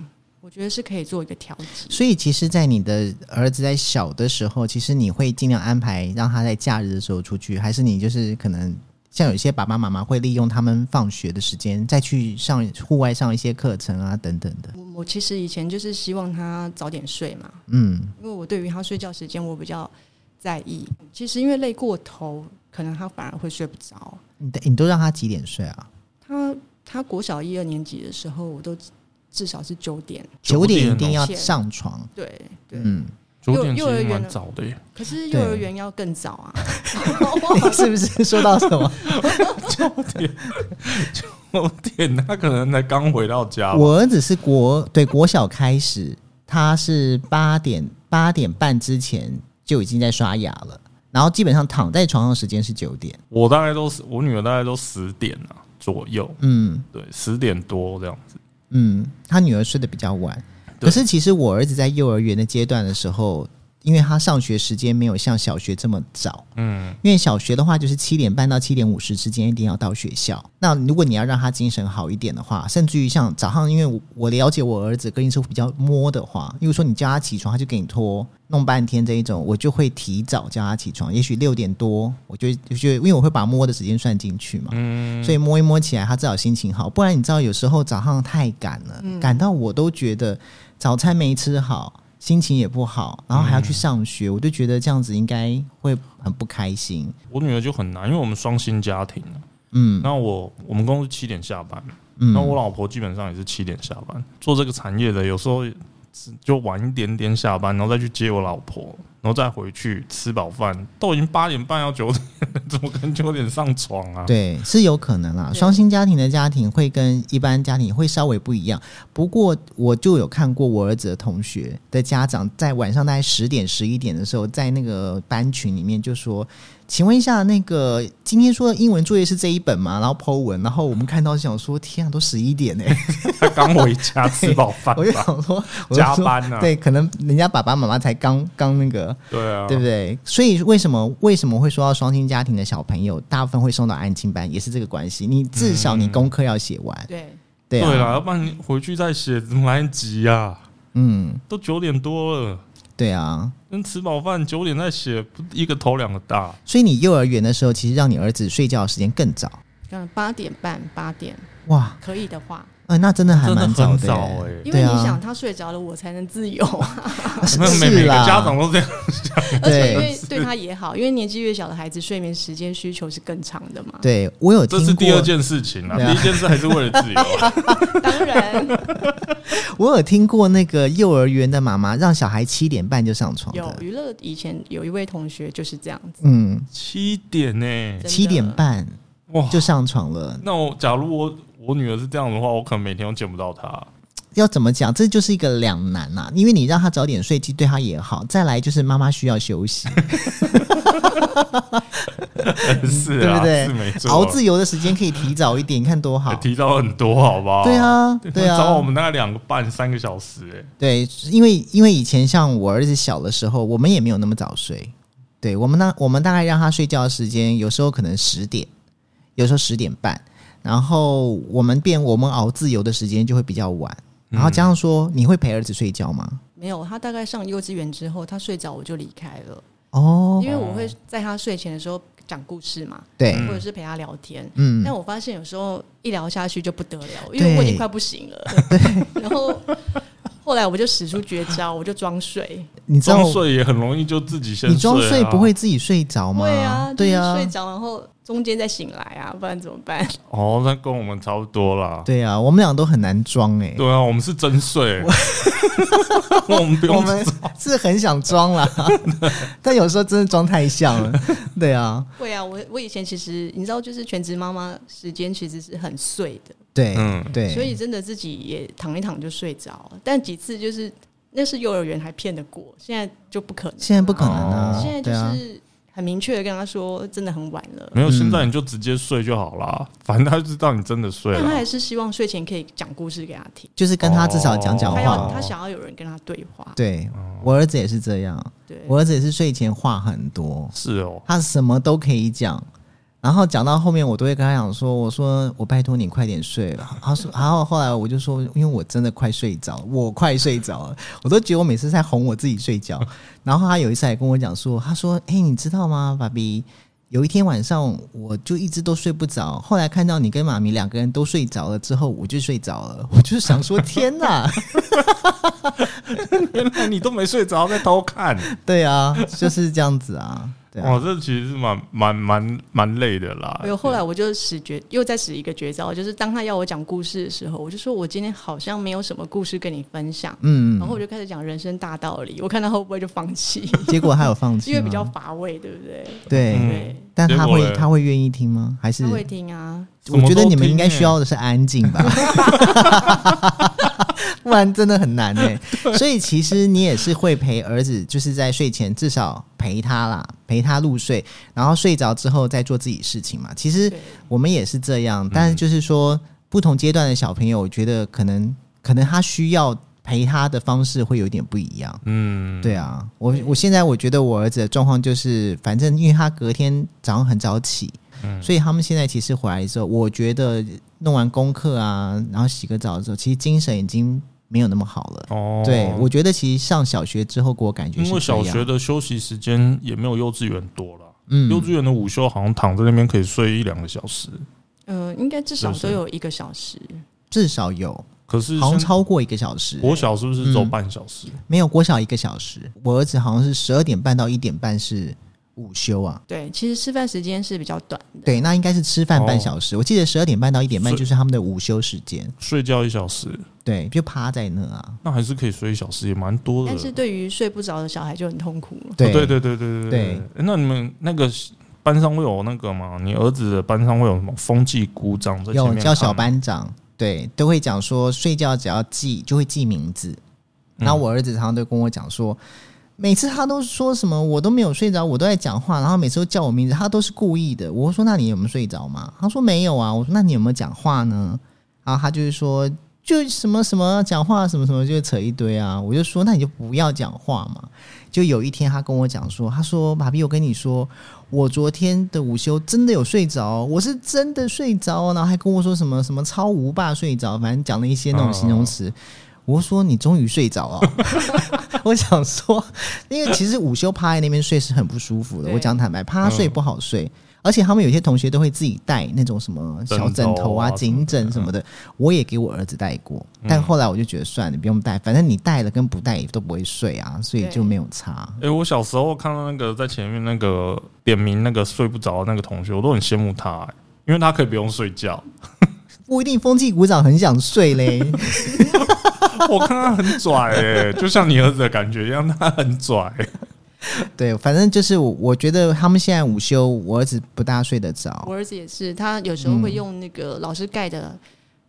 [SPEAKER 3] 我觉得是可以做一个调节。
[SPEAKER 1] 所以其实，在你的儿子在小的时候，其实你会尽量安排让他在假日的时候出去，还是你就是可能像有一些爸爸妈妈会利用他们放学的时间再去上户外上一些课程啊等等的。
[SPEAKER 3] 我我其实以前就是希望他早点睡嘛，
[SPEAKER 1] 嗯
[SPEAKER 3] 因为我对于他睡觉时间我比较在意。其实因为累过头，可能他反而会睡不着。
[SPEAKER 1] 你的你都让他几点睡啊？
[SPEAKER 3] 他他国小一二年级的时候，我都至少是九点。
[SPEAKER 1] 九点一
[SPEAKER 2] 九
[SPEAKER 1] 定
[SPEAKER 2] 点
[SPEAKER 1] 要
[SPEAKER 3] 哦
[SPEAKER 1] 上床。
[SPEAKER 3] 对对，
[SPEAKER 1] 嗯，
[SPEAKER 2] 九点其
[SPEAKER 3] 幼幼儿
[SPEAKER 2] 实
[SPEAKER 3] 园
[SPEAKER 2] 蛮
[SPEAKER 3] 的
[SPEAKER 2] 早的耶，
[SPEAKER 3] 可是幼
[SPEAKER 1] 对
[SPEAKER 3] 儿园要更早啊。
[SPEAKER 1] 你是不是说到什么？
[SPEAKER 2] 九点他可能才刚回到 家吧，
[SPEAKER 1] 我儿子是国对国小开始，他是八点八点半之前就已经在刷牙了，然后基本上躺在床上时间是九点。
[SPEAKER 2] 我大概都是我女儿大概都十点啊左右，
[SPEAKER 1] 嗯
[SPEAKER 2] 对，十点多这样子，
[SPEAKER 1] 嗯，他女儿睡得比较晚，
[SPEAKER 2] 对
[SPEAKER 1] 可是其实我儿子在幼儿园的阶段的时候。因为他上学时间没有像小学这么早，
[SPEAKER 2] 嗯，
[SPEAKER 1] 因为小学的话就是七点半到七点五十之间一定要到学校。那如果你要让他精神好一点的话，甚至于像早上，因为我我了解我儿子跟你说比较摸的话，例如说你叫他起床，他就给你拖弄半天这一种，我就会提早叫他起床，也许六点多，我就就就因为我会把摸的时间算进去嘛，
[SPEAKER 2] 嗯
[SPEAKER 1] 所以摸一摸起来，他至少心情好。不然你知道有时候早上太赶了，
[SPEAKER 2] 嗯
[SPEAKER 1] 赶到我都觉得早餐没吃好。心情也不好，然后还要去上学，我就觉得这样子应该会很不开心。
[SPEAKER 2] 我女儿就很难，因为我们双薪家庭啊。
[SPEAKER 1] 嗯
[SPEAKER 2] 那我我们公司七点下班，
[SPEAKER 1] 嗯，
[SPEAKER 2] 那我老婆基本上也是七点下班。做这个产业的，有时候就晚一点点下班，然后再去接我老婆，然后再回去吃饱饭，都已经八点半要九点了，怎么可能九点上床啊？
[SPEAKER 1] 对是有可能啦。
[SPEAKER 3] 对
[SPEAKER 1] 双薪家庭的家庭会跟一般家庭会稍微不一样，不过我就有看过我儿子的同学的家长在晚上大概十点十一点的时候，在那个班群里面就说。请问一下，那个今天说英文作业是这一本吗？然后 Po 文，然后我们看到想说，天啊，都十一点呢、
[SPEAKER 2] 她刚回家吃饱饭
[SPEAKER 1] 我就
[SPEAKER 2] 吧，
[SPEAKER 1] 想说，我就
[SPEAKER 2] 加
[SPEAKER 1] 说
[SPEAKER 2] 班啊，
[SPEAKER 1] 对，可能人家爸爸妈妈才刚刚那个，
[SPEAKER 2] 对啊，
[SPEAKER 1] 对不对？所以为什么为什么会说到双亲家庭的小朋友大部分会送到安亲班，也是这个关系。你至少你功课要写完，
[SPEAKER 3] 对，
[SPEAKER 1] 对
[SPEAKER 2] 对啦，
[SPEAKER 1] 啊，
[SPEAKER 2] 要不然你回去再写怎么来得及啊？
[SPEAKER 1] 嗯，
[SPEAKER 2] 都九点多了，
[SPEAKER 1] 对啊。
[SPEAKER 2] 跟吃饱饭九点再写，不一个头两个大。
[SPEAKER 1] 所以你幼儿园的时候，其实让你儿子睡觉的时间更早，
[SPEAKER 3] 嗯，八点半八点
[SPEAKER 1] 哇，
[SPEAKER 3] 可以的话，
[SPEAKER 1] 呃，那真的还
[SPEAKER 2] 真的
[SPEAKER 1] 蛮
[SPEAKER 2] 很
[SPEAKER 1] 的
[SPEAKER 2] 早
[SPEAKER 1] 耶、
[SPEAKER 2] 哎、
[SPEAKER 3] 因为你
[SPEAKER 1] 对啊
[SPEAKER 3] 想他睡着了，我才能自由啊，
[SPEAKER 2] 欸 没有每每
[SPEAKER 1] 是
[SPEAKER 2] 个
[SPEAKER 1] 啦
[SPEAKER 2] 家长都这样，
[SPEAKER 3] 而且
[SPEAKER 1] 对
[SPEAKER 3] 因为对他也好，因为年纪越小的孩子睡眠时间需求是更长的嘛。
[SPEAKER 1] 对，我有
[SPEAKER 2] 这
[SPEAKER 1] 听
[SPEAKER 2] 是第二
[SPEAKER 1] 过，
[SPEAKER 2] 件事情啊。
[SPEAKER 1] 对啊
[SPEAKER 2] 第一件事还是为了自由、啊，
[SPEAKER 3] 当 然
[SPEAKER 1] 我有听过那个幼儿园的妈妈让小孩七点半就上床
[SPEAKER 3] 有
[SPEAKER 1] 的，
[SPEAKER 3] 娱乐，以前有一位同学就是这样子，
[SPEAKER 1] 嗯，
[SPEAKER 2] 七点呢、
[SPEAKER 3] 真的
[SPEAKER 1] 七点半
[SPEAKER 2] 哇！
[SPEAKER 1] 就上床了，
[SPEAKER 2] 那我假如我我女儿是这样的话，我可能每天都见不到她。
[SPEAKER 1] 要怎么讲？这就是一个两难呐、因为你让他早点睡，其实对他也好。再来就是妈妈需要休息，
[SPEAKER 2] 是
[SPEAKER 1] 嗯对
[SPEAKER 2] 啊，
[SPEAKER 1] 不对
[SPEAKER 2] 是没错，
[SPEAKER 1] 熬自由的时间可以提早一点，你看多 好。
[SPEAKER 2] 提到很多，好不好？
[SPEAKER 1] 对，啊，对
[SPEAKER 2] 找
[SPEAKER 1] 啊
[SPEAKER 2] 我，们大概两个半三个小时、欸，
[SPEAKER 1] 对，因为因为以前像我儿子小的时候，我们也没有那么早睡。对我们那我们大概让他睡觉的时间，有时候可能十点，有时候十点半，然后我们变我们熬自由的时间就会比较晚。然
[SPEAKER 2] 嗯
[SPEAKER 1] 后加上说，你会陪儿子睡觉吗？
[SPEAKER 3] 没有他大概上幼稚园之后，他睡着我就离开了，
[SPEAKER 1] 哦，
[SPEAKER 3] 因为我会在他睡前的时候讲故事嘛，
[SPEAKER 1] 对，
[SPEAKER 2] 嗯
[SPEAKER 3] 或者是陪他聊天。
[SPEAKER 1] 嗯，
[SPEAKER 3] 但我发现有时候一聊下去就不得了，
[SPEAKER 1] 对
[SPEAKER 3] 因为我已经快不行了。然后后来我就使出绝招，我就装睡。
[SPEAKER 1] 你知道
[SPEAKER 2] 装睡也很容易就自己先、啊。
[SPEAKER 1] 你装睡不会自己睡着吗？
[SPEAKER 3] 会啊，
[SPEAKER 1] 对
[SPEAKER 3] 啊，
[SPEAKER 1] 啊
[SPEAKER 3] 睡，着然后中间再醒来啊，不然怎么办？
[SPEAKER 2] 哦，那跟我们差不多啦。
[SPEAKER 1] 对啊，我们俩都很难装哎、
[SPEAKER 2] 对啊，我们是真睡， 我们不
[SPEAKER 1] 我
[SPEAKER 2] 用
[SPEAKER 1] 们是很想装 啦，但有时候真的装太像了。对啊，
[SPEAKER 3] 会啊，我我以前其实你知道，就是全职妈妈时间其实是很碎的，
[SPEAKER 1] 对，
[SPEAKER 2] 嗯
[SPEAKER 1] 对，
[SPEAKER 3] 所以真的自己也躺一躺就睡着了。但几次就是那是幼儿园还骗得过，现在就不可能。
[SPEAKER 1] 现在不可能啊，
[SPEAKER 2] 哦
[SPEAKER 3] 现在就
[SPEAKER 1] 对啊，
[SPEAKER 3] 是很明确的跟他说，真的很晚了。
[SPEAKER 2] 没有，
[SPEAKER 1] 嗯
[SPEAKER 2] 现在你就直接睡就好啦。反正他知道你真的睡
[SPEAKER 3] 但他
[SPEAKER 2] 了
[SPEAKER 1] 嗯
[SPEAKER 3] 还。是希望睡前可以讲故事给他听，
[SPEAKER 1] 就是跟他至少讲
[SPEAKER 2] 哦
[SPEAKER 1] 讲
[SPEAKER 3] 他
[SPEAKER 1] 话。
[SPEAKER 3] 要他想要有人跟他对话。
[SPEAKER 1] 对我儿子也是这样，
[SPEAKER 3] 对，
[SPEAKER 1] 我儿子也是睡前话很多，
[SPEAKER 2] 是哦，
[SPEAKER 1] 他什么都可以讲。然后讲到后面，我都会跟他讲说：“我说我拜托你快点睡了。”他说，然后后来我就说：“因为我真的快睡着，我快睡着了，我都觉得我每次在哄我自己睡觉。” 然后他有一次还跟我讲说：“他说，哎、你知道吗，爸比，有一天晚上我就一直都睡不着，后来看到你跟妈咪两个人都睡着了之后，我就睡着了。我就想说，天哪！”
[SPEAKER 2] 原来你都没睡着，在偷看。
[SPEAKER 1] 对啊，就是这样子啊。对啊，
[SPEAKER 3] 哦
[SPEAKER 2] 哇，这其实是蛮蛮蛮蛮累的啦。
[SPEAKER 3] 没有，哎后来我就使绝，又再使一个绝招，就是当他要我讲故事的时候，我就说我今天好像没有什么故事跟你分享，
[SPEAKER 1] 嗯
[SPEAKER 3] 然，后我就开始讲人生大道理。我看他会不会就放弃，
[SPEAKER 1] 结果他有放弃
[SPEAKER 3] 因
[SPEAKER 1] 吗，
[SPEAKER 3] 为比较乏味，对不对？
[SPEAKER 1] 对，
[SPEAKER 3] 对，
[SPEAKER 1] 但他
[SPEAKER 2] 结果
[SPEAKER 1] 会
[SPEAKER 2] 嘞
[SPEAKER 1] 他会愿意听吗？嗯还是
[SPEAKER 3] 他会听啊，
[SPEAKER 1] 我觉得你们应该需
[SPEAKER 2] 什么
[SPEAKER 1] 要的是安静 吧，不然真的很难 哎。所以其实你也是会陪儿子，就是在睡前至少陪他啦，陪他入睡，然后睡着之后再做自己事情嘛。其实
[SPEAKER 3] 对
[SPEAKER 1] 我们也是这
[SPEAKER 2] 嗯
[SPEAKER 1] 样，但是就是说不同阶段的小朋友，我觉得可能可能他需要陪他的方式会有点不一样。
[SPEAKER 2] 都听欸嗯，
[SPEAKER 1] 对啊，我我现在我觉得我儿子的状况就是，反正因为他隔天早上很早起，
[SPEAKER 2] 嗯
[SPEAKER 1] 所以他们现在其实回来之后，我觉得弄完功课啊，然后洗个澡之后，其实精神已经没有那么好了。
[SPEAKER 2] 哦，
[SPEAKER 1] 对，我觉得其实上小学之后给我感觉是
[SPEAKER 2] 因为
[SPEAKER 1] 这样
[SPEAKER 2] 小学的休息时间也没有幼稚园多啦。
[SPEAKER 1] 嗯
[SPEAKER 2] 幼稚园的午休好像躺在那边可以睡一两个小时，
[SPEAKER 3] 嗯、应该至少
[SPEAKER 2] 是不
[SPEAKER 3] 都
[SPEAKER 2] 是
[SPEAKER 3] 有一个小时。
[SPEAKER 1] 至少有
[SPEAKER 2] 可是
[SPEAKER 1] 好像
[SPEAKER 2] 像
[SPEAKER 1] 超过一个小时，嗯
[SPEAKER 2] 国小是不是走半小时？
[SPEAKER 1] 没有国小一个小时，我儿子好像是十二点半到一点半是午休啊。
[SPEAKER 3] 对，其实吃饭时间是比较短的。
[SPEAKER 1] 对，那应该是吃饭半小时。我记得十二点半到一点半
[SPEAKER 2] 哦所以
[SPEAKER 1] 就是他们的午休时间，
[SPEAKER 2] 睡觉一小时，
[SPEAKER 1] 对，就趴在那啊。
[SPEAKER 2] 那还是可以睡一小时，也蛮多的。
[SPEAKER 3] 但是对于睡不着的小孩就很痛苦了。
[SPEAKER 1] 对
[SPEAKER 2] 哦对对对对对
[SPEAKER 1] 对
[SPEAKER 2] 诶那你们那个班上会有那个吗？你儿子的班上会有什么风纪鼓掌在前
[SPEAKER 1] 有
[SPEAKER 2] 面啊
[SPEAKER 1] 叫小
[SPEAKER 2] 看吗，
[SPEAKER 1] 班长，对，都会讲说睡觉只要记就会记名字。
[SPEAKER 2] 嗯
[SPEAKER 1] 然后我儿子常常都跟我讲说，每次他都说什么我都没有睡着，我都在讲话，然后每次都叫我名字，他都是故意的。我说那你有没有睡着吗？他说没有啊。我说那你有没有讲话呢？然后他就是说就什么什么讲话什么什么就扯一堆啊。我就说那你就不要讲话嘛。就有一天他跟我讲说，他说爸比，我跟你说，我昨天的午休真的有睡着，我是真的睡着哦，然后还跟我说什么什么超无霸睡着，反正讲了一些那种形容词。我说你终于睡着 了，我想说，因为其实午休趴在那边睡是很不舒服的。
[SPEAKER 3] 对
[SPEAKER 1] 我讲坦白，趴睡不好睡，而且他们有些同学都会自己带那种什么小枕头啊、
[SPEAKER 2] 枕头啊
[SPEAKER 1] 颈枕什么的。我也给我儿子带过，
[SPEAKER 2] 嗯
[SPEAKER 1] 但后来我就觉得算了，不用带，反正你带了跟不带也都不会睡啊，所以
[SPEAKER 3] 对
[SPEAKER 1] 就没有差。
[SPEAKER 2] 哎、我小时候看到那个在前面那个点名那个睡不着的那个同学，我都很羡慕他、欸因为他可以不用睡觉。
[SPEAKER 1] 不一定风气鼓掌很想睡嘞，
[SPEAKER 2] 我看他很拽哎、就像你儿子的感觉一样，他很拽、欸
[SPEAKER 1] 对，反正就是我我觉得他们现在午休，我儿子不大睡得着
[SPEAKER 3] 我，儿子也是，他有时候
[SPEAKER 1] 嗯
[SPEAKER 3] 会用那个老师盖的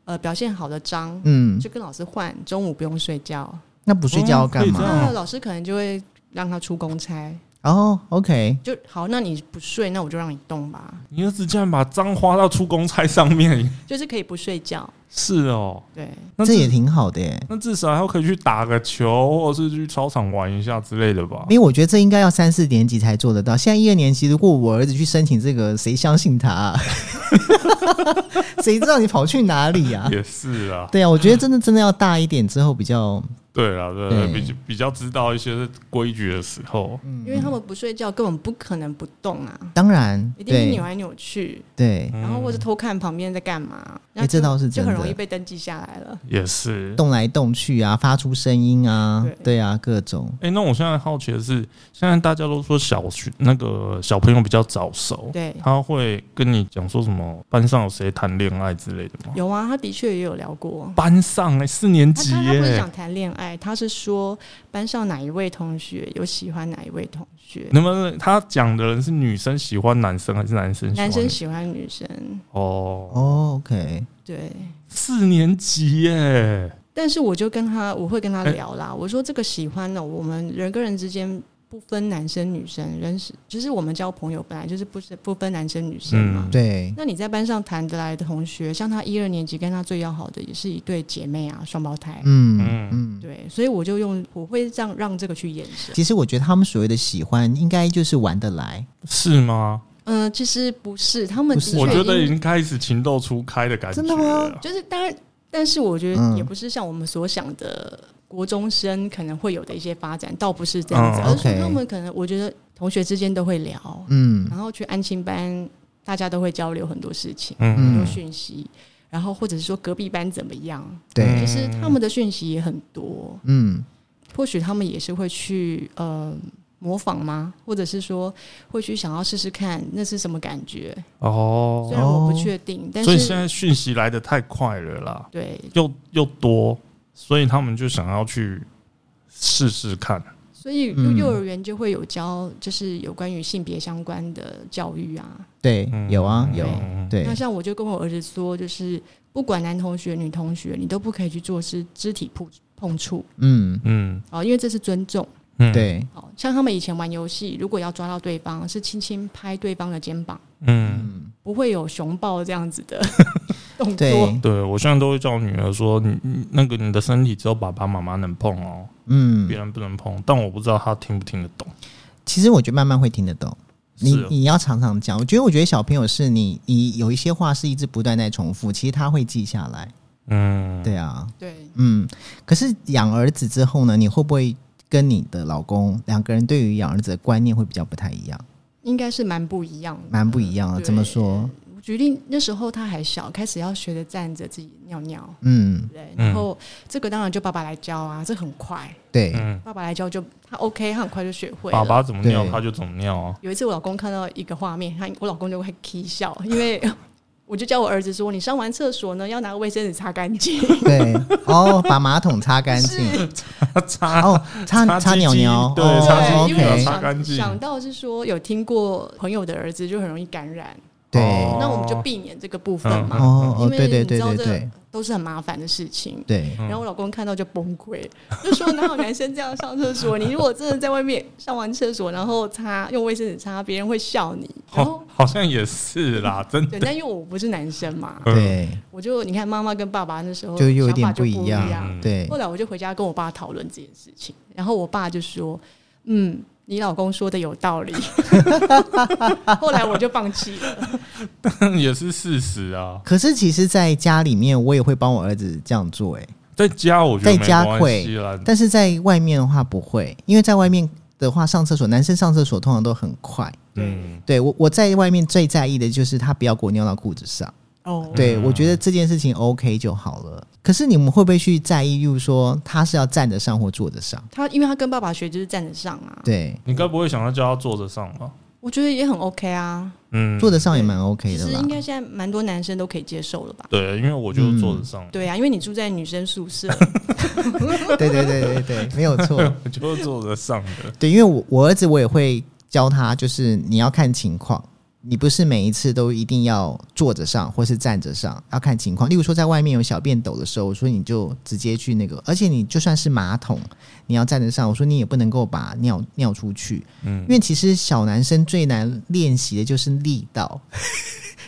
[SPEAKER 3] 呃表现好的章，
[SPEAKER 1] 嗯，哦
[SPEAKER 3] 就跟老师换，中午不用睡觉。
[SPEAKER 1] 那不睡觉要干
[SPEAKER 2] 嗯可以这
[SPEAKER 1] 嘛？
[SPEAKER 2] 样
[SPEAKER 3] 那老师可能就会让他出公差，
[SPEAKER 1] 哦，OK，
[SPEAKER 3] 就好，那你不睡，那我就让你动吧，
[SPEAKER 2] 你儿子竟然把脏花到出公差上面，
[SPEAKER 3] 就是可以不睡觉。
[SPEAKER 2] 是哦。
[SPEAKER 3] 对，
[SPEAKER 2] 那
[SPEAKER 1] 这
[SPEAKER 2] 至
[SPEAKER 1] 也挺好的耶。
[SPEAKER 2] 那至少还可以去打个球，或者是去操场玩一下之类的吧。
[SPEAKER 1] 因为我觉得这应该要三四年级才做得到。现在一二年级，如果我儿子去申请这个，谁相信他、 啊？谁知道你跑去哪里啊？
[SPEAKER 2] 也是啊，
[SPEAKER 1] 对啊，我觉得真的真的要大一点之后比较，
[SPEAKER 2] 对啊，对对，
[SPEAKER 1] 对嗯
[SPEAKER 2] 比比较知道一些规矩的时候，
[SPEAKER 3] 因为他们不睡觉，根本不可能不动啊，
[SPEAKER 1] 当然
[SPEAKER 3] 一定是
[SPEAKER 1] 对
[SPEAKER 3] 扭来扭去，
[SPEAKER 1] 对，
[SPEAKER 2] 嗯
[SPEAKER 3] 然后或者偷看旁边在干嘛，
[SPEAKER 1] 哎这倒是
[SPEAKER 3] 就
[SPEAKER 1] 真
[SPEAKER 3] 很容易
[SPEAKER 1] 的，
[SPEAKER 3] 被登记下来了。
[SPEAKER 2] 也是。
[SPEAKER 1] 动来动去啊，发出声音啊
[SPEAKER 3] 对，
[SPEAKER 1] 对啊，各种
[SPEAKER 2] 哎、那我现在好奇的是，现在大家都说小学那个小朋友比较早熟，
[SPEAKER 3] 对，
[SPEAKER 2] 他会跟你讲说什么班上有谁谈恋爱之类的吗？
[SPEAKER 3] 有啊，他的确也有聊过。
[SPEAKER 2] 班上哎、四年
[SPEAKER 3] 他
[SPEAKER 2] 级
[SPEAKER 3] 他他
[SPEAKER 2] 耶、
[SPEAKER 3] 不是想谈恋爱，他是说班上哪一位同学有喜欢哪一位同学，
[SPEAKER 2] 那么他讲的人是女生喜欢男生还是男生喜欢
[SPEAKER 3] 男
[SPEAKER 2] 女？
[SPEAKER 3] 生喜欢女生，
[SPEAKER 2] 哦，
[SPEAKER 1] 哦，OK，
[SPEAKER 3] 对。
[SPEAKER 2] 四年级耶、
[SPEAKER 3] 但是我就跟他，我会跟他
[SPEAKER 2] 哎
[SPEAKER 3] 聊啦。我说这个喜欢呢，我们人跟人之间不分男生女生，人是就是我们交朋友本来就是不是不分男生女生嘛。
[SPEAKER 2] 嗯
[SPEAKER 1] 对，
[SPEAKER 3] 那你在班上谈得来的同学，像他一二年级跟他最要好的也是一对姐妹啊，双胞胎。
[SPEAKER 1] 嗯
[SPEAKER 2] 嗯
[SPEAKER 1] 嗯。
[SPEAKER 3] 对，所以我就用我会让让这个去延伸。
[SPEAKER 1] 其实我觉得他们所谓的喜欢，应该就是玩得来，
[SPEAKER 2] 是吗？
[SPEAKER 3] 嗯、其实不是，啊他们
[SPEAKER 1] 不
[SPEAKER 3] 的
[SPEAKER 1] 是
[SPEAKER 3] 确
[SPEAKER 2] 我觉得
[SPEAKER 3] 已
[SPEAKER 2] 已
[SPEAKER 3] 经
[SPEAKER 2] 经开始情窦初开的感觉
[SPEAKER 1] 真
[SPEAKER 2] 了。
[SPEAKER 1] 的吗
[SPEAKER 3] 就是当然，但是我觉得
[SPEAKER 1] 嗯
[SPEAKER 3] 也不是像我们所想的国中生可能会有的一些发展，倒不是这样子，
[SPEAKER 2] 嗯
[SPEAKER 3] 而是
[SPEAKER 1] OK
[SPEAKER 3] 说他们可能我觉得同学之间都会聊，
[SPEAKER 1] 嗯，
[SPEAKER 3] 然后去安亲班，大家都会交流很多事情，很
[SPEAKER 2] 嗯
[SPEAKER 3] 多讯息，然后或者是说隔壁班怎么样，
[SPEAKER 1] 对
[SPEAKER 2] 嗯，
[SPEAKER 3] 其实他们的讯息也很多，
[SPEAKER 1] 嗯
[SPEAKER 3] 或许他们也是会去呃。模仿吗？或者是说会去想要试试看那是什么感觉？虽
[SPEAKER 2] 哦，
[SPEAKER 3] 然我不
[SPEAKER 1] 哦
[SPEAKER 3] 确定，啊但
[SPEAKER 2] 所以现
[SPEAKER 3] 是
[SPEAKER 2] 在讯息来的太快了啦，
[SPEAKER 3] 对，
[SPEAKER 2] 又又多，所以他们就想要去试试看。
[SPEAKER 3] 所以
[SPEAKER 1] 嗯
[SPEAKER 3] 幼幼儿园就会有教，就是有关于性别相关的教育啊。
[SPEAKER 1] 对，
[SPEAKER 2] 嗯
[SPEAKER 1] 有啊
[SPEAKER 2] 嗯
[SPEAKER 1] 有，
[SPEAKER 2] 嗯
[SPEAKER 1] 对
[SPEAKER 3] 那，像我就跟我儿子说，就是不管男同学、女同学，你都不可以去做是肢体碰碰触
[SPEAKER 1] 嗯
[SPEAKER 2] 嗯
[SPEAKER 3] 啊、哦因为这是尊重。
[SPEAKER 2] 嗯，
[SPEAKER 1] 对，
[SPEAKER 3] 哦，像他们以前玩游戏，如果要抓到对方，是轻轻拍对方的肩膀，
[SPEAKER 2] 嗯，
[SPEAKER 3] 不会有熊抱这样子的 动作。
[SPEAKER 1] 对，
[SPEAKER 2] 对我现在都会叫我女儿说，你你那个你的身体只有爸爸妈妈能碰哦，别
[SPEAKER 1] 嗯，
[SPEAKER 2] 人不能碰。但我不知道她听不听得懂。
[SPEAKER 1] 其实我觉得慢慢会听得懂。你
[SPEAKER 2] 是哦
[SPEAKER 1] 你要常常讲，我觉得我觉得小朋友是你你有一些话是一直不断在重复，其实他会记下来。
[SPEAKER 2] 嗯，
[SPEAKER 1] 对啊，
[SPEAKER 3] 对，
[SPEAKER 1] 嗯。可是养儿子之后呢，你会不会跟你的老公两个人对于养儿子的观念会比较不太一样，
[SPEAKER 3] 应该是蛮不一样的。
[SPEAKER 1] 蛮不一样的？
[SPEAKER 3] 对
[SPEAKER 1] 怎么说？
[SPEAKER 3] 我举例那时候他还小，开始要学着站着自己尿尿。
[SPEAKER 1] 嗯，
[SPEAKER 3] 对，
[SPEAKER 2] 嗯
[SPEAKER 3] 然后这个当然就爸爸来教啊，这很快，
[SPEAKER 1] 对，
[SPEAKER 2] 嗯，
[SPEAKER 3] 爸爸来教就他 OK，他很快就学会
[SPEAKER 2] 爸
[SPEAKER 3] 了。
[SPEAKER 2] 爸怎么尿
[SPEAKER 1] 对
[SPEAKER 2] 她就怎么尿啊。
[SPEAKER 3] 有一次我老公看到一个画面，他我老公就会 k 笑，因为 我就叫我儿子说，你上完厕所呢要拿卫生纸擦干 净，
[SPEAKER 1] 对，哦，把马桶擦干净，
[SPEAKER 2] 擦
[SPEAKER 1] 哦，擦
[SPEAKER 2] 擦
[SPEAKER 1] 擦
[SPEAKER 2] 鸡鸡
[SPEAKER 1] 尿尿，
[SPEAKER 2] 对
[SPEAKER 1] 哦
[SPEAKER 2] 擦鸡鸡
[SPEAKER 3] 对，因为我
[SPEAKER 1] OK，
[SPEAKER 2] 擦干
[SPEAKER 3] 想
[SPEAKER 2] 净
[SPEAKER 3] 想到是说有听过朋友的儿子就很容易感染，
[SPEAKER 1] 对，
[SPEAKER 2] 哦
[SPEAKER 3] 那我们就避免这个部分嘛，
[SPEAKER 1] 哦哦，
[SPEAKER 3] 因为
[SPEAKER 1] 对对
[SPEAKER 3] 你
[SPEAKER 1] 对
[SPEAKER 3] 知道
[SPEAKER 1] 对
[SPEAKER 3] 这
[SPEAKER 1] 对
[SPEAKER 3] 都是很麻烦的事情。
[SPEAKER 1] 对，
[SPEAKER 2] 嗯
[SPEAKER 3] 然后我老公看到就崩溃，就说哪有男生这样上厕所？你如果真的在外面上完厕所，然后擦用卫生纸擦，别人会笑你。然后
[SPEAKER 2] 好，好像也是啦，真
[SPEAKER 3] 对，
[SPEAKER 2] 的。
[SPEAKER 3] 但因为我不是男生嘛，
[SPEAKER 2] 嗯
[SPEAKER 1] 对
[SPEAKER 3] 我就你看妈妈跟爸爸那时候
[SPEAKER 1] 就又有
[SPEAKER 3] 想
[SPEAKER 1] 点
[SPEAKER 3] 法就
[SPEAKER 1] 一
[SPEAKER 3] 一
[SPEAKER 1] 样，对
[SPEAKER 3] 后来我就回家跟我爸讨论这件事情，然后我爸就说：“嗯，你老公说的有道 理。”后来我就放弃了。
[SPEAKER 2] 也是事实啊。
[SPEAKER 1] 可是其实，在家里面我也会帮我儿子这样做、欸，
[SPEAKER 2] 在家我觉得
[SPEAKER 1] 在家
[SPEAKER 2] 没关
[SPEAKER 1] 会
[SPEAKER 2] 系啦，
[SPEAKER 1] 但是在外面的话不会，因为在外面的话上厕所，男生上厕所通常都很快。
[SPEAKER 2] 嗯，
[SPEAKER 1] 对我我在外面最在意的就是他不要给我尿到裤子上。
[SPEAKER 3] 哦，
[SPEAKER 1] 对我觉得这件事情 OK 就好了。可是你们会不会去在意，例如说他是要站着上或坐着上？
[SPEAKER 3] 他因为他跟爸爸学就是站着上啊，
[SPEAKER 1] 对，
[SPEAKER 2] 你该不会想要叫他坐着上吧？
[SPEAKER 3] 我觉得也很 OK 啊。
[SPEAKER 2] 嗯，
[SPEAKER 1] 坐着上也蛮
[SPEAKER 3] 其
[SPEAKER 1] OK 的
[SPEAKER 3] 实
[SPEAKER 1] 啦
[SPEAKER 3] 应。该现在蛮多男生都可以接受了吧？
[SPEAKER 2] 对，因为我就坐着上，
[SPEAKER 3] 对啊，因为你住在女生宿 舍，
[SPEAKER 1] 哦对对对对对，没有错。
[SPEAKER 2] 我 就是坐着上的。
[SPEAKER 1] 对，因为我我儿子我也会教他，就是你要看情况，你不是每一次都一定要坐着上或是站着上，要看情况。例如说在外面有小便斗的时候，我说你就直接去那个，而且你就算是马桶，你要站着上，我说你也不能够把尿尿出去，
[SPEAKER 2] 嗯
[SPEAKER 1] 因为其实小男生最难练习的就是力道。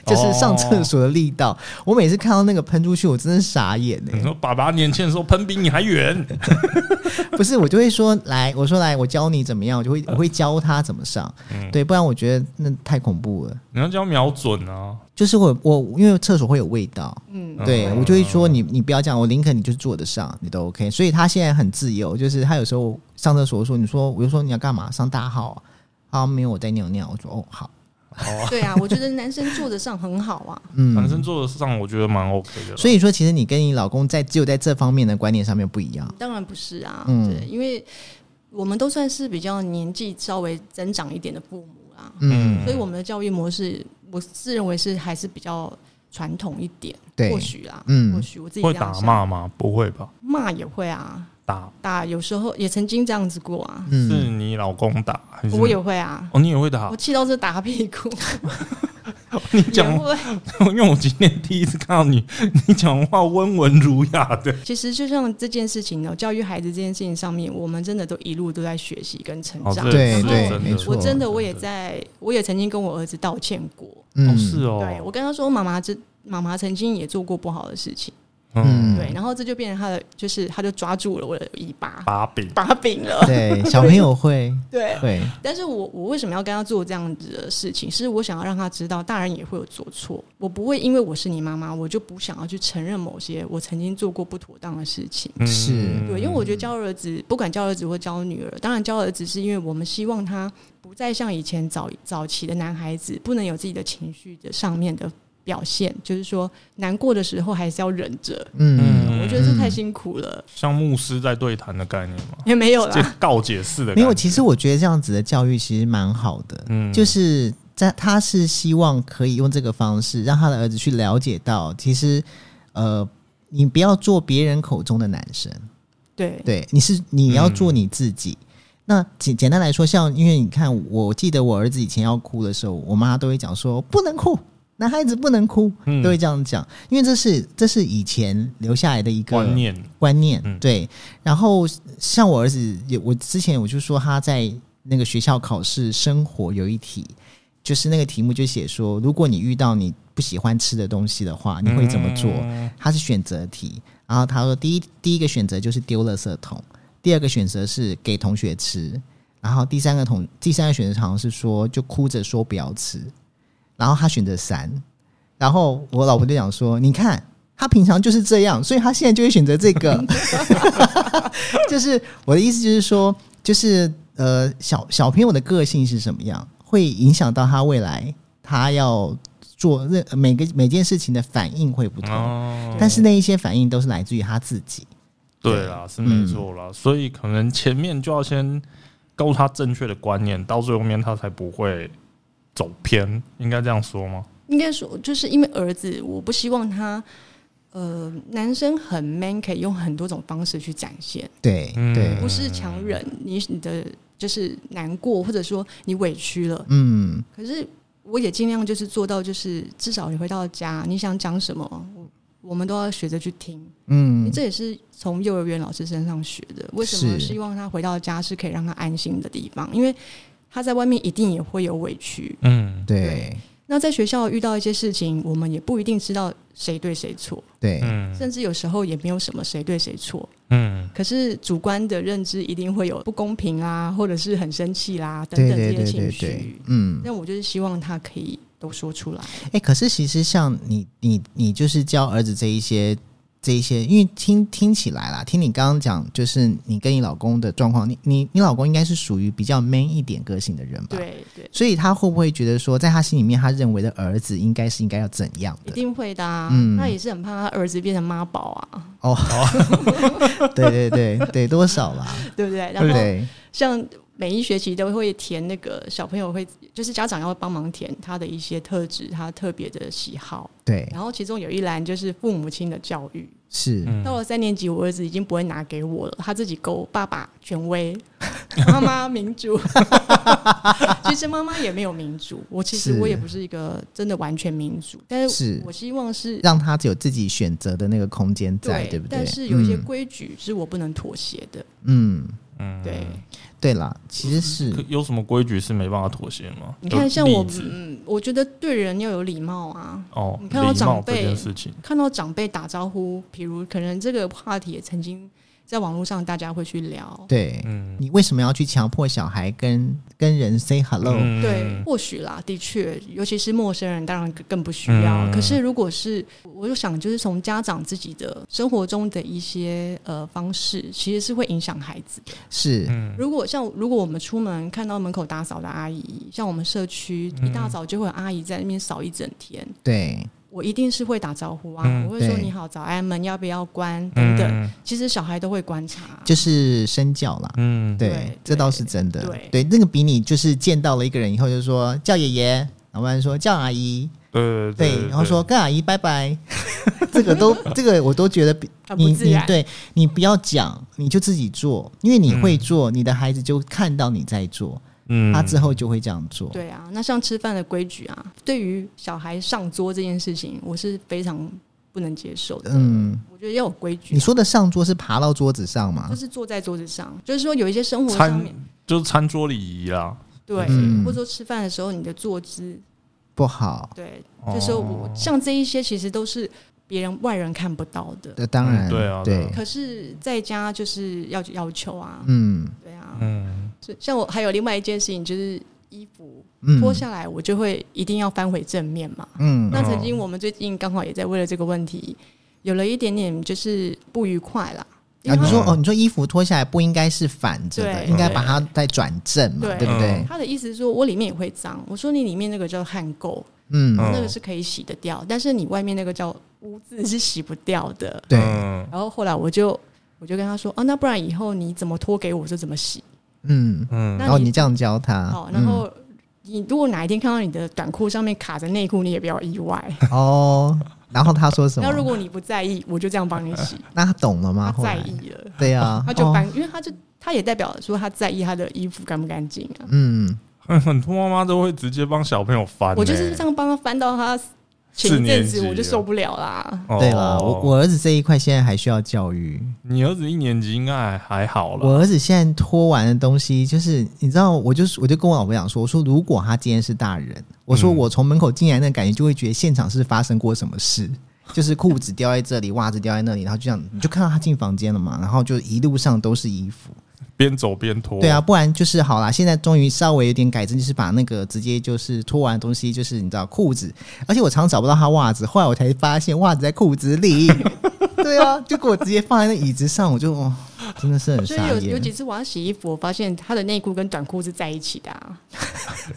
[SPEAKER 1] 就是上厕所的力道，我每次看到那个喷出去，我真的傻眼哎、
[SPEAKER 2] 你说爸爸年轻的时候喷比你还 远，
[SPEAKER 1] 不是，我就会说来，我说来，我教你怎么样，我就
[SPEAKER 2] 嗯
[SPEAKER 1] 会我会教他怎么上，对，不然我觉得那太恐怖了。
[SPEAKER 2] 你要叫瞄准啊！
[SPEAKER 1] 就是我我因为厕所会有味道，
[SPEAKER 3] 嗯，
[SPEAKER 1] 对、
[SPEAKER 2] 嗯
[SPEAKER 1] 我就会说你你不要这样，我宁可你就坐得上，你都 OK。所以他现在很自由，就是他有时候上厕所的时候，你说我就说你要干嘛上大号啊，他没有我在尿尿，我说哦好，
[SPEAKER 3] 对啊，我觉得男生坐着上很好啊。
[SPEAKER 2] 男
[SPEAKER 1] 嗯，
[SPEAKER 2] 生坐着上，我觉得蛮 OK 的啦。
[SPEAKER 1] 所以说其实你跟你老公在只有在这方面的观念上面不一样，
[SPEAKER 3] 当然不是啊，
[SPEAKER 1] 嗯
[SPEAKER 3] 对，因为我们都算是比较年纪稍微增长一点的父母啦，
[SPEAKER 1] 嗯，
[SPEAKER 3] 所以我们的教育模式，我自认为是还是比较传统一点，
[SPEAKER 1] 对
[SPEAKER 3] 或，许啦，
[SPEAKER 1] 嗯
[SPEAKER 3] 或许我自己
[SPEAKER 2] 会
[SPEAKER 3] 这样
[SPEAKER 2] 打
[SPEAKER 3] 想
[SPEAKER 2] 骂，吗？不会吧？
[SPEAKER 3] 骂也会啊，
[SPEAKER 2] 打
[SPEAKER 3] 打有时候也曾经这样子过啊，
[SPEAKER 2] 是
[SPEAKER 1] 嗯，
[SPEAKER 2] 你老公打还是？
[SPEAKER 3] 我也会啊，
[SPEAKER 2] 哦，你也会打
[SPEAKER 3] 我？气到是打屁股，
[SPEAKER 2] 你
[SPEAKER 3] 也
[SPEAKER 2] 讲，
[SPEAKER 3] 会。
[SPEAKER 2] 因为我今天第一次看到你， 你讲话温文儒雅 的。
[SPEAKER 3] 其实就像这件事情呢，哦教育孩子这件事情上面，我们真的都一路都在学习跟成
[SPEAKER 2] 哦，
[SPEAKER 3] 长。
[SPEAKER 2] 这
[SPEAKER 1] 对
[SPEAKER 2] 这
[SPEAKER 1] 对
[SPEAKER 2] 真
[SPEAKER 1] 没错
[SPEAKER 3] 我真的我也在，我也曾经跟我儿子道歉过。
[SPEAKER 2] 哦
[SPEAKER 1] 嗯，
[SPEAKER 2] 是
[SPEAKER 3] 对我
[SPEAKER 2] 哦，
[SPEAKER 3] 跟他说，妈妈这妈妈曾经也做过不好的事情，
[SPEAKER 2] 哦
[SPEAKER 1] 嗯
[SPEAKER 3] 对，然后这就变成他的，就是他就抓住了我的尾巴
[SPEAKER 2] 把柄，
[SPEAKER 3] 把柄了。
[SPEAKER 1] 对，小朋友会
[SPEAKER 3] 对，
[SPEAKER 1] 会，
[SPEAKER 3] 但是我我为什么要跟他做这样子的事情？是我想要让他知道，大人也会有做错，我不会因为我是你妈妈，我就不想要去承认某些我曾经做过不妥当的事情。
[SPEAKER 2] 嗯
[SPEAKER 1] 是
[SPEAKER 3] 对，因为我觉得教儿子，不管教儿子或教女儿，当然教儿子是因为我们希望他不再像以前早早期的男孩子，不能有自己的情绪的上面的表现，就是说难过的时候还是要忍着。
[SPEAKER 1] 嗯。
[SPEAKER 2] 嗯
[SPEAKER 3] 我觉得这太
[SPEAKER 1] 嗯
[SPEAKER 3] 辛苦了，
[SPEAKER 2] 像牧师在对谈的概念嘛，
[SPEAKER 3] 也没有
[SPEAKER 2] 这
[SPEAKER 3] 啦。
[SPEAKER 2] 告解式的概念。
[SPEAKER 1] 没有，其实啊我觉得这样子的教育其实蛮好的，
[SPEAKER 2] 嗯
[SPEAKER 1] 就是在他是希望可以用这个方式让他的儿子去了解到，其实呃，你不要做别人口中的男生，
[SPEAKER 3] 对，
[SPEAKER 1] 对，你是你要做你自己。那简简单来说，像因为你看，我记得我儿子以前要哭的时候，我妈都会讲说不能哭，男孩子不能哭，
[SPEAKER 2] 嗯
[SPEAKER 1] 都会这样讲，因为这是这是以前留下来的一个
[SPEAKER 2] 观念，
[SPEAKER 1] 观念，
[SPEAKER 2] 嗯
[SPEAKER 1] 对。然后像我儿子，也我之前我就说他在那个学校考试生活有一题，就是那个题目就写说，如果你遇到你不喜欢吃的东西的话，你会怎么做？
[SPEAKER 2] 嗯
[SPEAKER 1] 它是选择题，然后他说第一第一个选择就是丢垃圾桶，第二个选择是给同学吃，然后第三个同第三个选择好像是说就哭着说不要吃，然后他选择三，然后我老婆就讲说，你看他平常就是这样，所以他现在就会选择这个，就是我的意思就是说，就是呃小小朋友的个性是什么样，会影响到他未来他要。做任每个每件事情的反应会不同，
[SPEAKER 2] 哦，
[SPEAKER 1] 但是那一些反应都是来自于他自己。
[SPEAKER 2] 对啊嗯啦，是没错啦，所以可能前面就要先告诉他正确的观念，到最后面他才不会走偏，应该这样说吗？
[SPEAKER 3] 应该说就是因为儿子，我不希望他。呃，男生很 man，可以用很多种方式去展现，
[SPEAKER 1] 对
[SPEAKER 2] 嗯
[SPEAKER 1] 对，
[SPEAKER 3] 不是强忍你你的就是难过，或者说你委屈了，
[SPEAKER 1] 嗯
[SPEAKER 3] 可是我也尽量就是做到，就是至少你回到家，你想讲什么，我我们都要学着去听。
[SPEAKER 1] 嗯，
[SPEAKER 3] 这也是从幼儿园老师身上学的。为什么
[SPEAKER 1] 是
[SPEAKER 3] 希望他回到家是可以让他安心的地方？因为他在外面一定也会有委屈。
[SPEAKER 2] 嗯，
[SPEAKER 1] 对
[SPEAKER 3] 那在学校遇到一些事情，我们也不一定知道谁对谁错，
[SPEAKER 1] 对，
[SPEAKER 2] 嗯
[SPEAKER 3] 甚至有时候也没有什么谁对谁错。
[SPEAKER 2] 嗯，
[SPEAKER 3] 可是主观的认知一定会有不公平啊，或者是很生气啦等
[SPEAKER 1] 对
[SPEAKER 3] 等
[SPEAKER 1] 对
[SPEAKER 3] 这些
[SPEAKER 1] 对对对
[SPEAKER 3] 情绪。，
[SPEAKER 1] 嗯，
[SPEAKER 3] 那我就是希望他可以都说出来。
[SPEAKER 1] 哎，可是其实像你你你就是教儿子这一些这一些，因为听听起来啦，听你刚刚讲，就是你跟你老公的状况，你你你老公应该是属于比较 man 一点个性的人吧？
[SPEAKER 3] 对对，
[SPEAKER 1] 所以他会不会觉得说，在他心里面，他认为的儿子应该是应该要怎样
[SPEAKER 3] 一
[SPEAKER 1] 的？
[SPEAKER 3] 定会的啊。
[SPEAKER 1] 嗯
[SPEAKER 3] 他也是很怕他儿子变成妈宝啊，
[SPEAKER 1] 哦，
[SPEAKER 2] 哦
[SPEAKER 1] 对 对对对，多少啦？
[SPEAKER 3] 对不 对？然后
[SPEAKER 1] 对，
[SPEAKER 3] 像每一学期都会填那个小朋友会，就是家长要帮忙填他的一些特质，他特别的喜好。
[SPEAKER 1] 对，
[SPEAKER 3] 然后其中有一栏就是父母亲的教育。
[SPEAKER 1] 是，
[SPEAKER 2] 嗯
[SPEAKER 3] 到了三年级，我儿子已经不会拿给我了，他自己勾爸爸权 威，妈妈民主。其实妈妈也没有民主，我其实
[SPEAKER 1] 是
[SPEAKER 3] 我也不是一个真的完全民主，但
[SPEAKER 1] 是
[SPEAKER 3] 是我希望是
[SPEAKER 1] 让他有自己选择的那个空间在，对不对？
[SPEAKER 3] 但是有一些
[SPEAKER 1] 嗯
[SPEAKER 3] 规矩是我不能妥协的，
[SPEAKER 1] 嗯，
[SPEAKER 2] 嗯
[SPEAKER 3] 对。
[SPEAKER 1] 对啦，其实是
[SPEAKER 2] 可有什么规矩是没办法妥协吗？
[SPEAKER 3] 你
[SPEAKER 2] 有
[SPEAKER 3] 看，像我
[SPEAKER 2] 例子，
[SPEAKER 3] 嗯，我觉得对人要有礼貌啊。
[SPEAKER 2] 哦，
[SPEAKER 3] 你看到
[SPEAKER 2] 礼貌
[SPEAKER 3] 长
[SPEAKER 2] 这
[SPEAKER 3] 辈
[SPEAKER 2] 件事情，
[SPEAKER 3] 看到长辈打招呼，比如可能这个话题也曾经在网络上大家会去聊，
[SPEAKER 1] 对。
[SPEAKER 2] 嗯，
[SPEAKER 1] 你为什么要去强迫小孩跟跟人 say hello？、
[SPEAKER 2] 嗯
[SPEAKER 3] 对，，或许啦，的确，尤其是陌生人，当然更不需要。
[SPEAKER 2] 嗯
[SPEAKER 3] 可是如果是，我就想，就是从家长自己的生活中的一些呃方式，其实是会影响孩子的。
[SPEAKER 1] 是、
[SPEAKER 2] 嗯，
[SPEAKER 3] 如果像如果我们出门看到门口打扫的阿姨，像我们社区
[SPEAKER 2] 嗯
[SPEAKER 3] 一大早就会有阿姨在那边扫一整天，
[SPEAKER 1] 对，
[SPEAKER 3] 我一定是会打招呼啊，
[SPEAKER 2] 嗯
[SPEAKER 3] 我会说
[SPEAKER 1] 对
[SPEAKER 3] 你好，早安，门要不要关等
[SPEAKER 2] 嗯
[SPEAKER 3] 等。，其实小孩都会观察，
[SPEAKER 1] 就是身教啦。
[SPEAKER 2] 嗯，
[SPEAKER 1] 对，
[SPEAKER 3] 对
[SPEAKER 1] 这倒是真的。
[SPEAKER 3] 对
[SPEAKER 1] 那个比你就是见到了一个人以后，就说叫爷爷，然后不然说叫阿姨，
[SPEAKER 2] 对
[SPEAKER 1] 对，然后说跟阿姨拜拜， 这个 都这个我都觉得比
[SPEAKER 3] 很不
[SPEAKER 1] 你
[SPEAKER 3] 自
[SPEAKER 1] 你
[SPEAKER 3] 然。
[SPEAKER 1] 对你不要讲，你就自己做，因为你会做，你的孩子就看到你在做，
[SPEAKER 2] 嗯
[SPEAKER 1] 他之后就会这样做。
[SPEAKER 3] 对啊，那像吃饭的规矩啊，对于小孩上桌这件事情，我是非常不能接受的。
[SPEAKER 1] 嗯，
[SPEAKER 3] 我觉得要有规矩啊
[SPEAKER 1] 你，说的上桌是爬到桌子上吗
[SPEAKER 3] 就？是坐在桌子上，就是说有一些生活上
[SPEAKER 2] 餐
[SPEAKER 3] 面，
[SPEAKER 2] 就是餐桌礼仪啦，
[SPEAKER 3] 对，
[SPEAKER 1] 嗯
[SPEAKER 3] 或者说吃饭的时候你的坐姿，
[SPEAKER 1] 不好，
[SPEAKER 3] 对，
[SPEAKER 2] 哦
[SPEAKER 3] 就是我像这一些其实都是别人外人看不到的，
[SPEAKER 1] 这呃当然、
[SPEAKER 2] 嗯对啊对
[SPEAKER 1] 对
[SPEAKER 2] 啊，
[SPEAKER 3] 可是在家就是要要求啊，
[SPEAKER 1] 嗯
[SPEAKER 3] 对啊，
[SPEAKER 2] 嗯，
[SPEAKER 3] 是像我还有另外一件事情就是衣服
[SPEAKER 1] 嗯，
[SPEAKER 3] 脱下来，我就会一定要翻回正面嘛，
[SPEAKER 1] 嗯，
[SPEAKER 3] 那曾经我们最近刚好也在为了这个问题，有了一点点就是不愉快啦。因
[SPEAKER 1] 啊，
[SPEAKER 3] 为
[SPEAKER 1] 你
[SPEAKER 3] 他
[SPEAKER 2] 嗯
[SPEAKER 1] 说哦，你说衣服脱下来不应该是反着的，
[SPEAKER 3] 对
[SPEAKER 1] 应该把它再转正嘛，
[SPEAKER 3] 对
[SPEAKER 1] 对不对？
[SPEAKER 3] 他的意思是说，我里面也会脏。我说你里面那个叫汗垢，
[SPEAKER 1] 嗯，
[SPEAKER 2] 嗯
[SPEAKER 3] 那个是可以洗得掉，但是你外面那个叫污渍是洗不掉的。
[SPEAKER 1] 对，
[SPEAKER 2] 嗯
[SPEAKER 3] 然后后来我就我就跟他说，哦，那不然以后你怎么脱给我就怎么洗。
[SPEAKER 1] 嗯，
[SPEAKER 2] 嗯，
[SPEAKER 3] 那
[SPEAKER 1] 然后你这样啊嗯教他，
[SPEAKER 3] 好，然后你如果哪一天看到你的短裤上面卡着内裤，你也不要意外。
[SPEAKER 1] 嗯哦，然后他说什么
[SPEAKER 3] 那？如果你不在意，我就这样帮你 洗。
[SPEAKER 1] 那他懂了
[SPEAKER 3] 他
[SPEAKER 1] 吗？后
[SPEAKER 3] 在
[SPEAKER 1] 来，
[SPEAKER 3] 意了，
[SPEAKER 1] 对啊，
[SPEAKER 3] 他就
[SPEAKER 1] 哦
[SPEAKER 3] 翻，因为他就他也代表说他在意他的衣服干不干净啊。
[SPEAKER 1] 嗯，
[SPEAKER 2] 很多妈妈都会直接帮小朋友翻欸，
[SPEAKER 3] 我就是这样帮他翻到他前一阵子，我就受不了啦。
[SPEAKER 2] 哦。
[SPEAKER 1] 对了，我我儿子这一块现在还需要教育。
[SPEAKER 2] 你儿子一年级应该还还好
[SPEAKER 1] 我
[SPEAKER 2] 了，
[SPEAKER 1] 儿子现在拖完的东西，就是你知道，我就我就跟我老婆讲说，我说如果他今天是大人，我说
[SPEAKER 2] 嗯
[SPEAKER 1] 我从门口进来那感觉，就会觉得现场是发生过什么事，就是裤子掉在这里，袜子掉在那里，然后就这样，你就看到他进房间了嘛，然后就一路上都是衣服。
[SPEAKER 2] 边走边拖，
[SPEAKER 1] 对啊，，不然就是好啦。现在终于稍微有点改正，就是把那个直接就是脱完的东西，就是你知道裤子，而且我常找不到他袜子，后来我才发现袜子在裤子里。对啊，就给我直接放在那椅子上，我就哦，真的是很
[SPEAKER 3] 所
[SPEAKER 1] 傻
[SPEAKER 3] 以有有
[SPEAKER 1] 眼
[SPEAKER 3] 几。次我要洗衣服，我发现他的内裤跟短裤是在一起的、啊。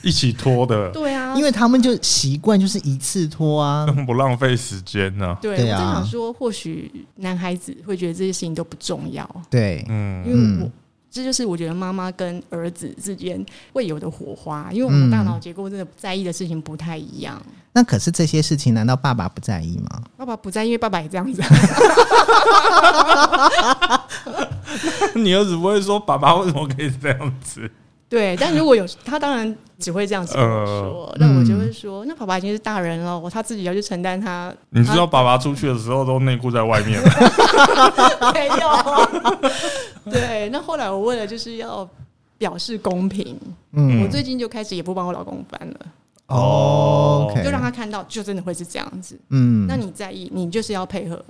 [SPEAKER 2] 一起拖的，
[SPEAKER 3] 对啊，
[SPEAKER 1] 因为他们就习惯就是一次脱啊，
[SPEAKER 2] 更不浪费时间呢。
[SPEAKER 3] 对
[SPEAKER 1] 对
[SPEAKER 3] 我在
[SPEAKER 1] 啊
[SPEAKER 3] 想说，或许男孩子会觉得这些事情都不重要，
[SPEAKER 1] 对，
[SPEAKER 2] 嗯
[SPEAKER 3] 因为我。这就是我觉得妈妈跟儿子之间会有的火花，因为我们
[SPEAKER 1] 嗯
[SPEAKER 3] 大脑结构真的在意的事情不太一样。
[SPEAKER 1] 那可是这些事情，难道爸爸不在意吗？
[SPEAKER 3] 爸爸不在，因为爸爸也这样子啊。
[SPEAKER 2] 你儿子不会说爸爸为什么可以这样子？
[SPEAKER 3] 对，但如果有他，当然只会这样子跟我
[SPEAKER 2] 呃
[SPEAKER 1] 嗯
[SPEAKER 3] 说，那、我就会说，那爸爸已经是大人了，我他自己要去承担他。
[SPEAKER 2] 你知道爸爸出去的时候都内裤在外面，啊
[SPEAKER 3] 他没有？对，那后来我为了就是要表示公平，我
[SPEAKER 1] 嗯，
[SPEAKER 3] 最近就开始也不帮我老公翻了，
[SPEAKER 1] 哦
[SPEAKER 2] 哦
[SPEAKER 1] ，OK，
[SPEAKER 3] 就让他看到，就真的会是这样子。
[SPEAKER 1] 嗯
[SPEAKER 3] 那，你在意，你就是要配合，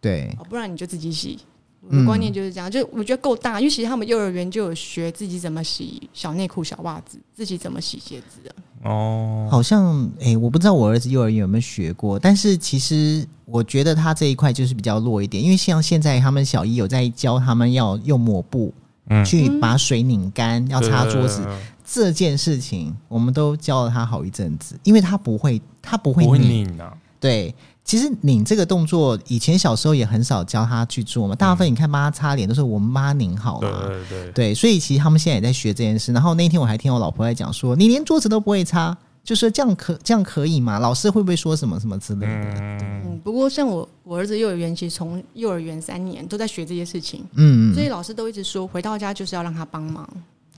[SPEAKER 1] 对，
[SPEAKER 3] 哦不然你就自己洗。我
[SPEAKER 1] 嗯
[SPEAKER 3] 的观念就是这样，就我觉得够大，因为其实他们幼儿园就有学自己怎么洗小内裤、小袜子，自己怎么洗鞋子的。
[SPEAKER 2] 哦，
[SPEAKER 1] 好像诶、我不知道我儿子幼儿园有没有学过，但是其实我我觉得他这一块就是比较弱一点，因为像现在他们小一有在教他们要用抹布
[SPEAKER 2] 嗯，
[SPEAKER 1] 去把水拧干，要擦桌子
[SPEAKER 3] 嗯
[SPEAKER 2] 对，对对
[SPEAKER 1] 这件事情，我们都教了他好一阵子，因为他不会，他不会
[SPEAKER 2] 不会
[SPEAKER 1] 拧。
[SPEAKER 2] 拧啊，
[SPEAKER 1] 对，其实拧这个动作，以前小时候也很少教他去做嘛。大部分你看帮他擦脸都是我们帮他拧好
[SPEAKER 2] 对
[SPEAKER 1] 了。
[SPEAKER 2] 对对，
[SPEAKER 1] 对，所以其实他们现在也在学这件事。然后那天我还听我老婆在讲说，你连桌子都不会擦，就说这样可这样可以吗？老师会不会说什么什么之类的？
[SPEAKER 2] 嗯，
[SPEAKER 3] 嗯，不过像我我儿子幼儿园，其实从幼儿园三年都在学这些事情，
[SPEAKER 1] 嗯，
[SPEAKER 3] 所
[SPEAKER 1] 嗯
[SPEAKER 3] 以老师都一直说，回到家就是要让他帮忙。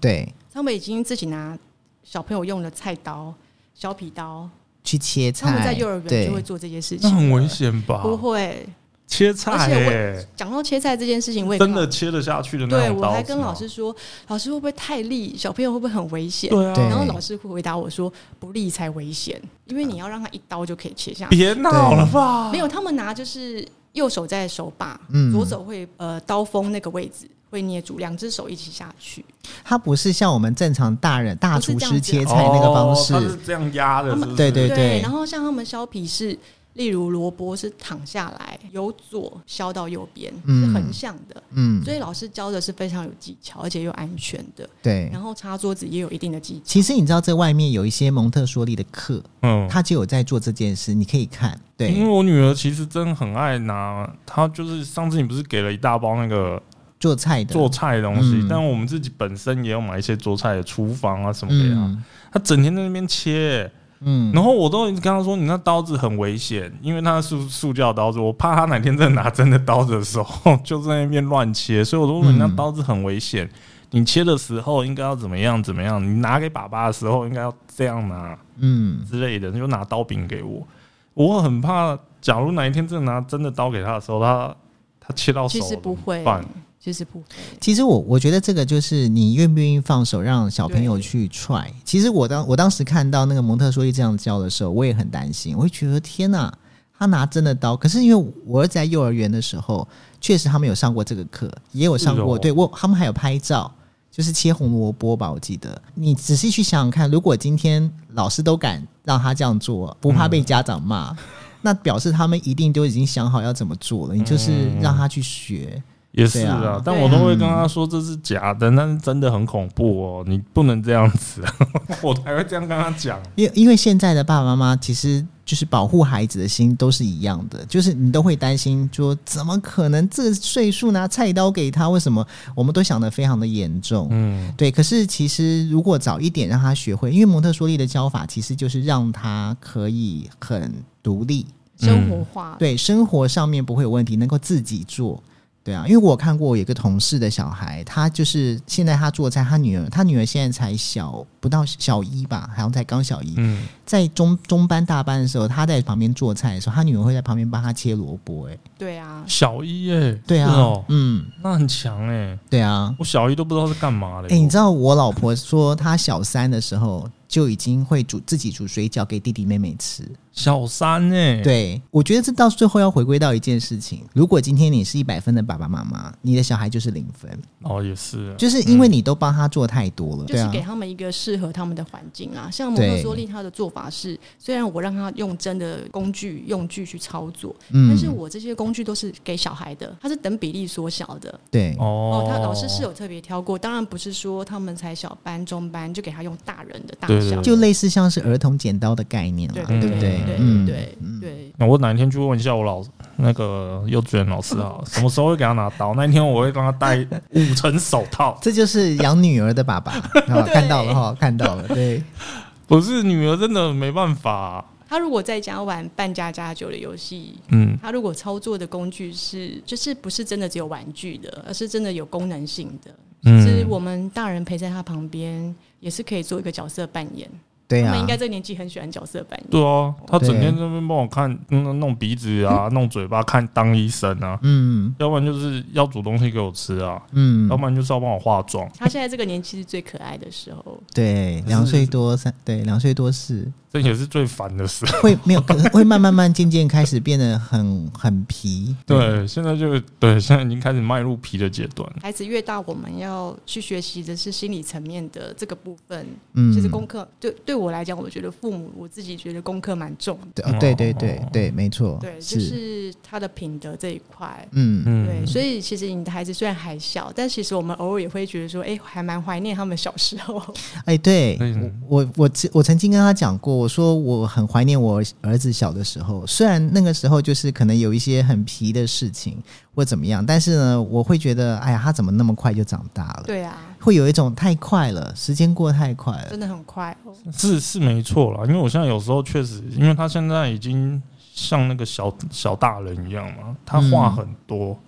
[SPEAKER 1] 对，
[SPEAKER 3] 他们已经自己拿小朋友用的菜刀、削皮刀，
[SPEAKER 1] 去切
[SPEAKER 3] 他们
[SPEAKER 1] 菜，
[SPEAKER 3] 在幼儿园就会
[SPEAKER 1] 哎对，
[SPEAKER 3] 做这些事
[SPEAKER 2] 那
[SPEAKER 3] 情，
[SPEAKER 2] 很啊危。险吧？
[SPEAKER 3] 不会，
[SPEAKER 2] 切菜
[SPEAKER 3] 而且我
[SPEAKER 2] 耶，
[SPEAKER 3] 讲到切菜这件事情，我也跟
[SPEAKER 2] 真
[SPEAKER 3] 老
[SPEAKER 2] 的切得下去的那
[SPEAKER 3] 对
[SPEAKER 2] 种
[SPEAKER 3] 我
[SPEAKER 2] 刀
[SPEAKER 3] 还
[SPEAKER 2] 子啊
[SPEAKER 3] 跟
[SPEAKER 2] 吗
[SPEAKER 3] 老师说，老师会不会太利？小朋友会不会很危险？
[SPEAKER 2] 对啊，
[SPEAKER 1] 对
[SPEAKER 3] 然后老师会回答我说：“不利才危险，因为你要让他一刀就可以切下来。
[SPEAKER 2] 别闹了吧？
[SPEAKER 3] 没有，他们拿就是右手在手把，
[SPEAKER 1] 嗯
[SPEAKER 3] 左手会呃刀锋那个位置会捏住，两只手一起下去。
[SPEAKER 1] 它不是像我们正常大人大
[SPEAKER 3] 不是
[SPEAKER 1] 厨
[SPEAKER 3] 这样
[SPEAKER 1] 师
[SPEAKER 3] 子
[SPEAKER 1] 切
[SPEAKER 3] 的
[SPEAKER 1] 菜那个方式，
[SPEAKER 2] 哦它是这样压的，
[SPEAKER 3] 他
[SPEAKER 2] 是
[SPEAKER 3] 们
[SPEAKER 2] 不是
[SPEAKER 1] 对对
[SPEAKER 3] 然后像他们削皮是，例如萝卜是躺下来，由左削到右边，
[SPEAKER 1] 嗯
[SPEAKER 3] 是横向的。
[SPEAKER 1] 嗯，
[SPEAKER 3] 所以老师教的是非常有技巧，而且又安全的。
[SPEAKER 1] 对。
[SPEAKER 3] 然后擦桌子也有一定的技巧。
[SPEAKER 1] 其实你知道，这外面有一些蒙特梭利的课，
[SPEAKER 2] 嗯，
[SPEAKER 1] 他就有在做这件事，你可以看。
[SPEAKER 2] 因为
[SPEAKER 1] 对，
[SPEAKER 2] 我女儿其实真的很爱拿，她就是上次你不是给了一大包那个
[SPEAKER 1] 做菜的，
[SPEAKER 2] 做菜的东西，
[SPEAKER 1] 嗯
[SPEAKER 2] 但我们自己本身也有买一些做菜的厨房啊什么的呀、
[SPEAKER 1] 嗯
[SPEAKER 2] 她整天在那边切，
[SPEAKER 1] 嗯，
[SPEAKER 2] 然后我都已经跟她说你那刀子很危险，因为它是塑塑胶刀子，我怕她哪天真的拿真的刀子的时候就在那边乱切， 所以我都说
[SPEAKER 1] 嗯
[SPEAKER 2] 你那刀子很危险。你切的时候应该要怎么样怎么样？你拿给爸爸的时候应该要这样拿，
[SPEAKER 1] 嗯，
[SPEAKER 2] 之类的，就拿刀柄给我。我很怕，假如哪一天真的拿真的刀给他的时候，他他切到手
[SPEAKER 3] 其
[SPEAKER 2] 了，
[SPEAKER 3] 实不会
[SPEAKER 2] 办，
[SPEAKER 3] 其实不会。
[SPEAKER 1] 其实我我觉得这个就是你愿不愿意放手让小朋友去踹。其实我当我当时看到那个蒙特梭利这样教的时候，我也很担心，我会觉得天哪、他拿真的刀，可是因为我儿子在幼儿园的时候，确实他们有上过这个课，也有上过，
[SPEAKER 2] 是哦
[SPEAKER 1] 对我他们还有拍照，就是切红萝卜吧，我记得。你仔细去想想看，如果今天老师都敢让他这样做，不
[SPEAKER 2] 嗯
[SPEAKER 1] 怕被家长骂，那表示他们一定都已经想好要怎么做了。你就是
[SPEAKER 2] 嗯
[SPEAKER 1] 让他去学，
[SPEAKER 2] 也是
[SPEAKER 1] 对
[SPEAKER 2] 啊
[SPEAKER 1] 啊。
[SPEAKER 2] 但我都会跟他说这是假的，但是真的很恐怖哦，你不能这样子， 我才会这样跟他讲。
[SPEAKER 1] 因为因为现在的爸爸妈妈其实就是保护孩子的心都是一样的，就是你都会担心说怎么可能这个岁数拿菜刀给他？为什么我们都想得非常的严重？
[SPEAKER 2] 嗯，
[SPEAKER 1] 对，可是其实如果早一点让他学会，因为蒙特梭利的教法其实就是让他可以很独立，
[SPEAKER 3] 生活化，
[SPEAKER 1] 嗯对生活上面不会有问题，能够自己做。对啊，因为我看过我有一个同事的小孩，他就是现在他做菜，他女儿，他女儿现在才小不到小一吧，好像才刚小一，
[SPEAKER 2] 嗯，
[SPEAKER 1] 在中中班大班的时候，他在旁边做菜的时候，他女儿会在旁边帮他切萝卜、哎，
[SPEAKER 3] 对啊，
[SPEAKER 2] 小一耶、
[SPEAKER 1] 对啊，
[SPEAKER 2] 是哦，
[SPEAKER 1] 嗯，
[SPEAKER 2] 那很强哎、
[SPEAKER 1] 对啊。
[SPEAKER 2] 我小一都不知道是干嘛的。
[SPEAKER 1] 哎、你知道我老婆说，她小三的时候就已经会煮自己煮水饺给弟弟妹妹吃。
[SPEAKER 2] 小三哎、，
[SPEAKER 1] 对，我觉得这到最后要回归到一件事情：如果今天你是一百分的爸爸妈妈，你的小孩就是零分，
[SPEAKER 2] 哦也是啊，
[SPEAKER 1] 就是因为你都帮他做太多了。
[SPEAKER 3] 就
[SPEAKER 1] 对
[SPEAKER 3] 是
[SPEAKER 1] 啊
[SPEAKER 3] 给，他们一个适合他们的环境啊。像蒙
[SPEAKER 1] 对
[SPEAKER 3] 特梭利他的做法是，虽然我让他用真的工具用具去操作，
[SPEAKER 1] 嗯
[SPEAKER 3] 但是我这些工具都是给小孩的，它是等比例缩小的。
[SPEAKER 1] 对，
[SPEAKER 2] 哦
[SPEAKER 3] 哦，他老师是有特别挑过，当然不是说他们才小班、中班就给他用大人的大
[SPEAKER 2] 对对
[SPEAKER 3] 小，
[SPEAKER 2] 对
[SPEAKER 1] 就类似像是儿童剪刀的概念
[SPEAKER 3] 对
[SPEAKER 1] 啦，
[SPEAKER 3] 对
[SPEAKER 1] 对
[SPEAKER 3] 对
[SPEAKER 1] 不
[SPEAKER 3] 对
[SPEAKER 1] 嗯，
[SPEAKER 3] 对对对。
[SPEAKER 2] 那我哪一天去问一下我老那个幼稚园老师 啊，什么时候会给他拿刀？那一天我会让他戴五层手套。
[SPEAKER 1] 这就是养女儿的爸 爸，好看到了哈，看到了，对，
[SPEAKER 2] 不是女儿真的没办法、啊
[SPEAKER 3] 他如果在家玩扮家家酒的游戏，
[SPEAKER 2] 嗯，
[SPEAKER 3] 他如果操作的工具是，就是不是真的只有玩具的，而是真的有功能性的。
[SPEAKER 2] 嗯
[SPEAKER 3] 是我们大人陪在他旁边，也是可以做一个角色扮演。
[SPEAKER 1] 对
[SPEAKER 3] 他们
[SPEAKER 1] 啊
[SPEAKER 3] 应，该这个年纪很喜欢角色扮演。
[SPEAKER 2] 对啊，他整天
[SPEAKER 1] 对
[SPEAKER 2] 在那边帮我看，嗯弄鼻子啊，弄嘴巴，看当医生啊，
[SPEAKER 1] 嗯
[SPEAKER 2] 要不然就是要煮东西给我吃啊，
[SPEAKER 1] 嗯
[SPEAKER 3] 哦
[SPEAKER 2] 要，不然就是要帮我化妆。
[SPEAKER 3] 他现在这个年纪是最可爱的时候，
[SPEAKER 1] 对，两岁多三，对，两岁多四，
[SPEAKER 2] 这也是最烦的事。
[SPEAKER 1] 会没有，可会慢慢慢渐渐开始变得很很皮，
[SPEAKER 2] 对，现在就对，现在已经开始迈入皮的阶段。
[SPEAKER 3] 孩子越大，我们要去学习的是心理层面的这个部分，
[SPEAKER 1] 嗯
[SPEAKER 3] 其实功课对对我来讲，我觉得父母我自己觉得功课蛮重的，
[SPEAKER 1] 对哦对对对对，没错，
[SPEAKER 3] 对，就是是他的品德这一块。
[SPEAKER 1] 嗯，
[SPEAKER 2] 嗯
[SPEAKER 3] 对，所以其实你的孩子虽然还小，但其实我们偶尔也会觉得说，哎、还蛮怀念他们小时 候。
[SPEAKER 1] 哎，对
[SPEAKER 2] 嗯
[SPEAKER 1] 我我我我曾经跟他讲过，我说我很怀念我儿子小的时候，虽然那个时候就是可能有一些很皮的事情或怎么样，但是呢，我会觉得，哎呀，他怎么那么快就长大了？
[SPEAKER 3] 对啊，
[SPEAKER 1] 会有一种太快了，时间过太快了。
[SPEAKER 3] 真的很快哦。
[SPEAKER 2] 是是没错啦，因为我现在有时候确实，因为他现在已经像那个小小大人一样嘛，他话很多，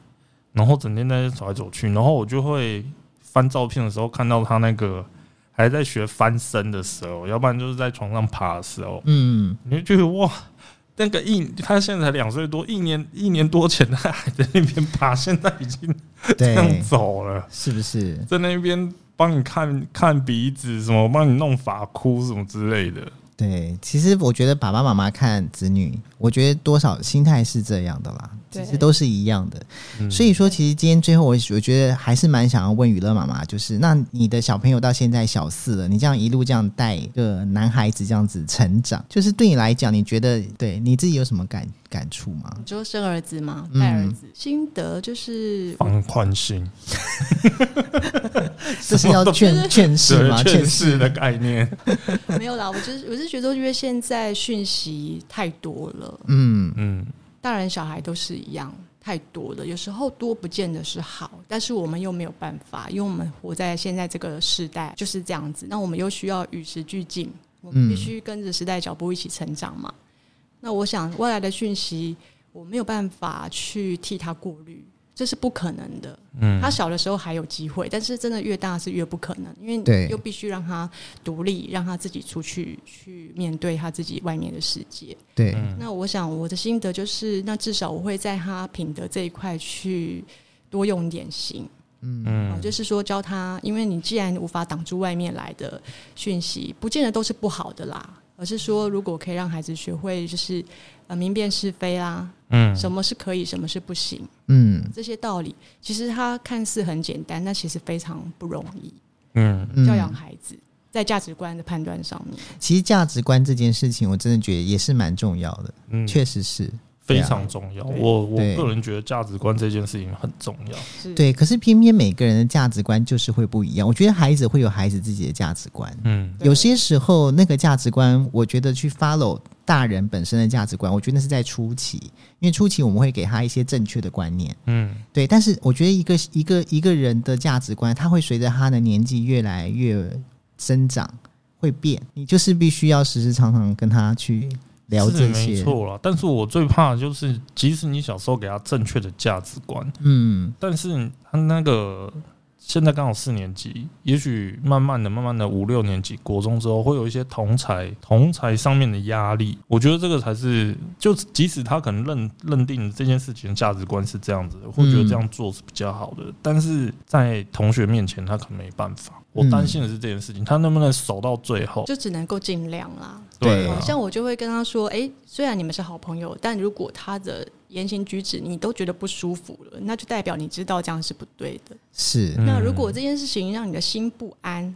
[SPEAKER 2] 然后整天在走来走去，然后我就会翻照片的时候看到他那个还在学翻身的时候，要不然就是在床上爬的时候，
[SPEAKER 1] 嗯，
[SPEAKER 2] 你就觉得哇。那个一，他现在才两岁多，一年一年多前他还在那边爬，现在已经这样
[SPEAKER 1] 对，
[SPEAKER 2] 走了。
[SPEAKER 1] 是不是？
[SPEAKER 2] 在那边帮你看看鼻子，什么帮你弄发箍什么之类的。
[SPEAKER 1] 对，其实我觉得爸爸妈妈看子女，我觉得多少心态是这样的啦，其
[SPEAKER 3] 对
[SPEAKER 1] 实都是一样的。
[SPEAKER 2] 嗯
[SPEAKER 1] 所以说，其实今天最后我我觉得还是蛮想要问娱乐妈妈，就是那你的小朋友到现在小四了，你这样一路这样带一个男孩子这样子成 长，就是对你来讲，你觉得对你自己有什么感感触吗？
[SPEAKER 3] 你说生儿子吗？
[SPEAKER 1] 嗯
[SPEAKER 3] 带儿子，心得就是
[SPEAKER 2] 放宽心，
[SPEAKER 1] 这是要劝劝世吗？
[SPEAKER 2] 对
[SPEAKER 1] 劝
[SPEAKER 2] 劝
[SPEAKER 1] 世
[SPEAKER 2] 世的概念。
[SPEAKER 3] 没有啦，我就是我是觉得，因为现在讯息太多了，
[SPEAKER 1] 嗯
[SPEAKER 2] 嗯，
[SPEAKER 3] 大人小孩都是一样，太多了。有时候多不见得是好，但是我们又没有办法，因为我们活在现在这个时代就是这样子。那我们又需要与时俱进，我们必须跟着时代脚步一起成长嘛。那我想未来的讯息，我没有办法去替他过滤，这是不可能的。
[SPEAKER 2] 嗯
[SPEAKER 3] 他小的时候还有机会，但是真的越大是越不可能，因为
[SPEAKER 1] 对
[SPEAKER 3] 你又必须让他独立，让他自己出去去面对他自己外面的世界。
[SPEAKER 1] 对，
[SPEAKER 2] 嗯
[SPEAKER 3] 那我想我的心得就是，那至少我会在他品德这一块去多用点心。啊，
[SPEAKER 2] 嗯，
[SPEAKER 3] 就是说教他，因为你既然无法挡住外面来的讯息，不见得都是不好的啦，而是说如果可以让孩子学会就是呃明辨是非啦，
[SPEAKER 2] 嗯
[SPEAKER 3] 什么是可以，什么是不行，
[SPEAKER 1] 嗯
[SPEAKER 3] 这些道理，其实他看似很简单，但其实非常不容易
[SPEAKER 2] 嗯，
[SPEAKER 1] 嗯，
[SPEAKER 3] 教养孩子。在价值观的判断上面，
[SPEAKER 1] 其实价值观这件事情，我真的觉得也是蛮重要的，
[SPEAKER 2] 嗯，
[SPEAKER 1] 确实是。
[SPEAKER 2] 非常重要。
[SPEAKER 3] 对
[SPEAKER 2] 我我
[SPEAKER 1] 对
[SPEAKER 2] 个人觉得价值观这件事情很重要。
[SPEAKER 3] 是
[SPEAKER 1] 对，可是偏偏每个人的价值观就是会不一样。我觉得孩子会有孩子自己的价值观，
[SPEAKER 2] 嗯
[SPEAKER 3] 对
[SPEAKER 1] 有些时候那个价值观，我觉得去 follow 大人本身的价值观，我觉得那是在初期，因为初期我们会给他一些正确的观念，
[SPEAKER 2] 嗯
[SPEAKER 1] 对。但是我觉得一个一个一个人的价值观，他会随着他的年纪越来越增长，会变。你就是必须要时时常常跟他去聊
[SPEAKER 2] 是
[SPEAKER 1] 这
[SPEAKER 2] 没
[SPEAKER 1] 些，
[SPEAKER 2] 错了。但是我最怕的就是，即使你小时候给他正确的价值观，
[SPEAKER 1] 嗯，
[SPEAKER 2] 但是他那个现在刚好四年级，也许慢慢的、慢慢的五六年级国中之后，会有一些同才同才上面的压力。我觉得这个才是，就即使他可能认认定这件事情的价值观是这样子的，会觉得这样做是比较好的，但是在同学面前他可能没办法。我担心的是这件事情，他能不能守到最后？
[SPEAKER 3] 就只能够尽量啦。
[SPEAKER 2] 对
[SPEAKER 1] 对
[SPEAKER 2] 啊
[SPEAKER 3] 哦，像我就会跟他说，诶，虽然你们是好朋友，但如果他的言行举止你都觉得不舒服了，那就代表你知道这样是不对的。
[SPEAKER 1] 是，
[SPEAKER 2] 嗯
[SPEAKER 3] 那如果这件事情让你的心不安，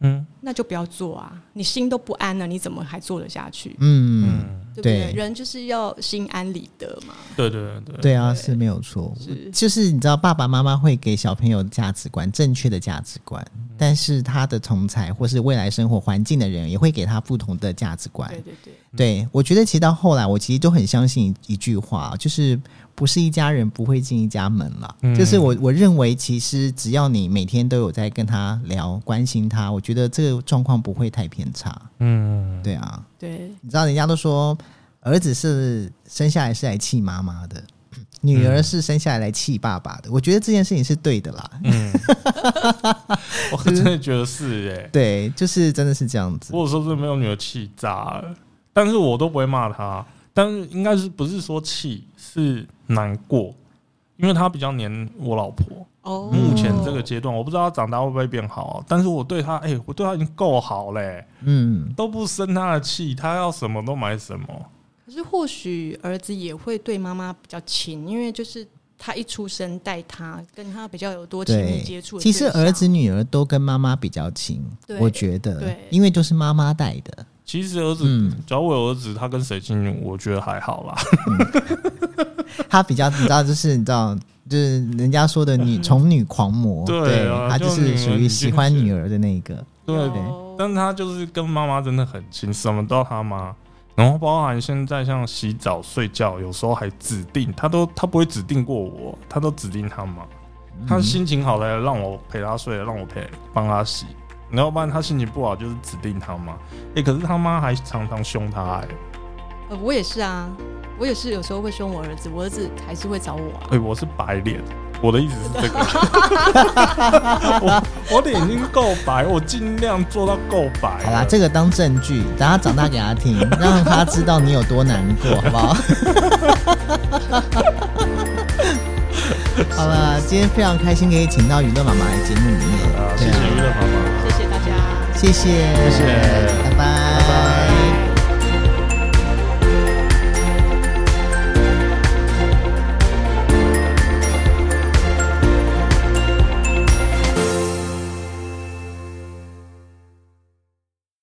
[SPEAKER 2] 嗯
[SPEAKER 3] 那就不要做啊！你心都不安了，你怎么还做得下去？
[SPEAKER 1] 嗯，
[SPEAKER 2] 嗯，
[SPEAKER 3] 对不对？
[SPEAKER 1] 对
[SPEAKER 3] 人就是要心安理得嘛。
[SPEAKER 2] 对对对对，
[SPEAKER 1] 对啊，
[SPEAKER 3] 对
[SPEAKER 1] 是没有错。
[SPEAKER 3] 是
[SPEAKER 1] 就是你知道，爸爸妈妈会给小朋友价值观，正确的价值观，但是他的同才或是未来生活环境的人也会给他不同的价值观。
[SPEAKER 3] 对对对，
[SPEAKER 1] 对我觉得，其实到后来，我其实都很相信一一句话，就是不是一家人不会进一家门啦。
[SPEAKER 2] 嗯
[SPEAKER 1] 就是我我认为，其实只要你每天都有在跟他聊、关心他，我觉得这个状况不会太偏差。
[SPEAKER 2] 嗯，
[SPEAKER 1] 对啊，
[SPEAKER 3] 对
[SPEAKER 1] 你知道人家都说儿子是生下来是来气妈妈的， 女儿是生下来来气爸爸的。我觉得这件事情是对的啦，
[SPEAKER 2] 嗯， 我真的觉得是哎、
[SPEAKER 1] 对，就是真的是这样子。
[SPEAKER 2] 我有时候真的没有女儿气炸了，但是我都不会骂她。但是应该是不是说气是难过，因为她比较黏我老婆。
[SPEAKER 3] 哦，
[SPEAKER 2] 目前这个阶段，我不知道她长大会不会变好，但是我对她，哎、我对她已经够好嘞、
[SPEAKER 1] 嗯，
[SPEAKER 2] 都不生她的气，她要什么都买什么。
[SPEAKER 3] 可是或许儿子也会对妈妈比较亲，因为就是他一出生带他，跟他比较有多亲密
[SPEAKER 1] 对
[SPEAKER 3] 接触。的
[SPEAKER 1] 其
[SPEAKER 3] 对
[SPEAKER 1] 实
[SPEAKER 3] 象。
[SPEAKER 1] 儿子女儿都跟妈妈比较亲，
[SPEAKER 3] 对
[SPEAKER 1] 我觉得
[SPEAKER 3] 对，
[SPEAKER 1] 因为都是妈妈带的，
[SPEAKER 2] 其实儿子，
[SPEAKER 1] 嗯
[SPEAKER 2] 只要我有儿子，他跟谁亲，我觉得还好啦。
[SPEAKER 1] 他比较你知道，就是你知道， 就是人家说的女宠女狂魔，
[SPEAKER 2] 嗯对
[SPEAKER 1] 对
[SPEAKER 2] 啊，
[SPEAKER 1] 他
[SPEAKER 2] 就
[SPEAKER 1] 就是
[SPEAKER 2] 女儿
[SPEAKER 1] 属
[SPEAKER 2] 你
[SPEAKER 1] 于
[SPEAKER 2] 就
[SPEAKER 1] 喜欢
[SPEAKER 2] 觉得
[SPEAKER 1] 女儿的那一个，
[SPEAKER 3] 哦
[SPEAKER 2] 对
[SPEAKER 3] 有
[SPEAKER 2] 但他就是跟妈妈真的很亲，什么都要他妈。然后包含现在像洗澡、睡觉，有时候还指定他都他不会指定过我，他都指定他妈。他
[SPEAKER 1] 嗯
[SPEAKER 2] 心情好了，让我陪他睡，让我陪帮他洗。然后不然他心情不好，就是指定他妈。哎、可是他妈还常常凶他、欸。
[SPEAKER 3] 呃，我也是啊，我也是有时候会凶我儿子，我儿子还是会找我啊。
[SPEAKER 2] 哎、我是白脸，我的意思是这 个。我我脸已经够白，我尽量做到够白了。
[SPEAKER 1] 好啦，这个当证据，等他长大给他听，让他知道你有多难过，好不好？好了，今天非常开心可以请到娱乐妈妈来节目里面
[SPEAKER 2] 啊，，谢
[SPEAKER 1] 对
[SPEAKER 2] 谢
[SPEAKER 1] 啊
[SPEAKER 2] 娱乐妈妈。
[SPEAKER 3] 谢谢大家。
[SPEAKER 1] 谢谢，
[SPEAKER 2] 谢
[SPEAKER 1] 拜拜。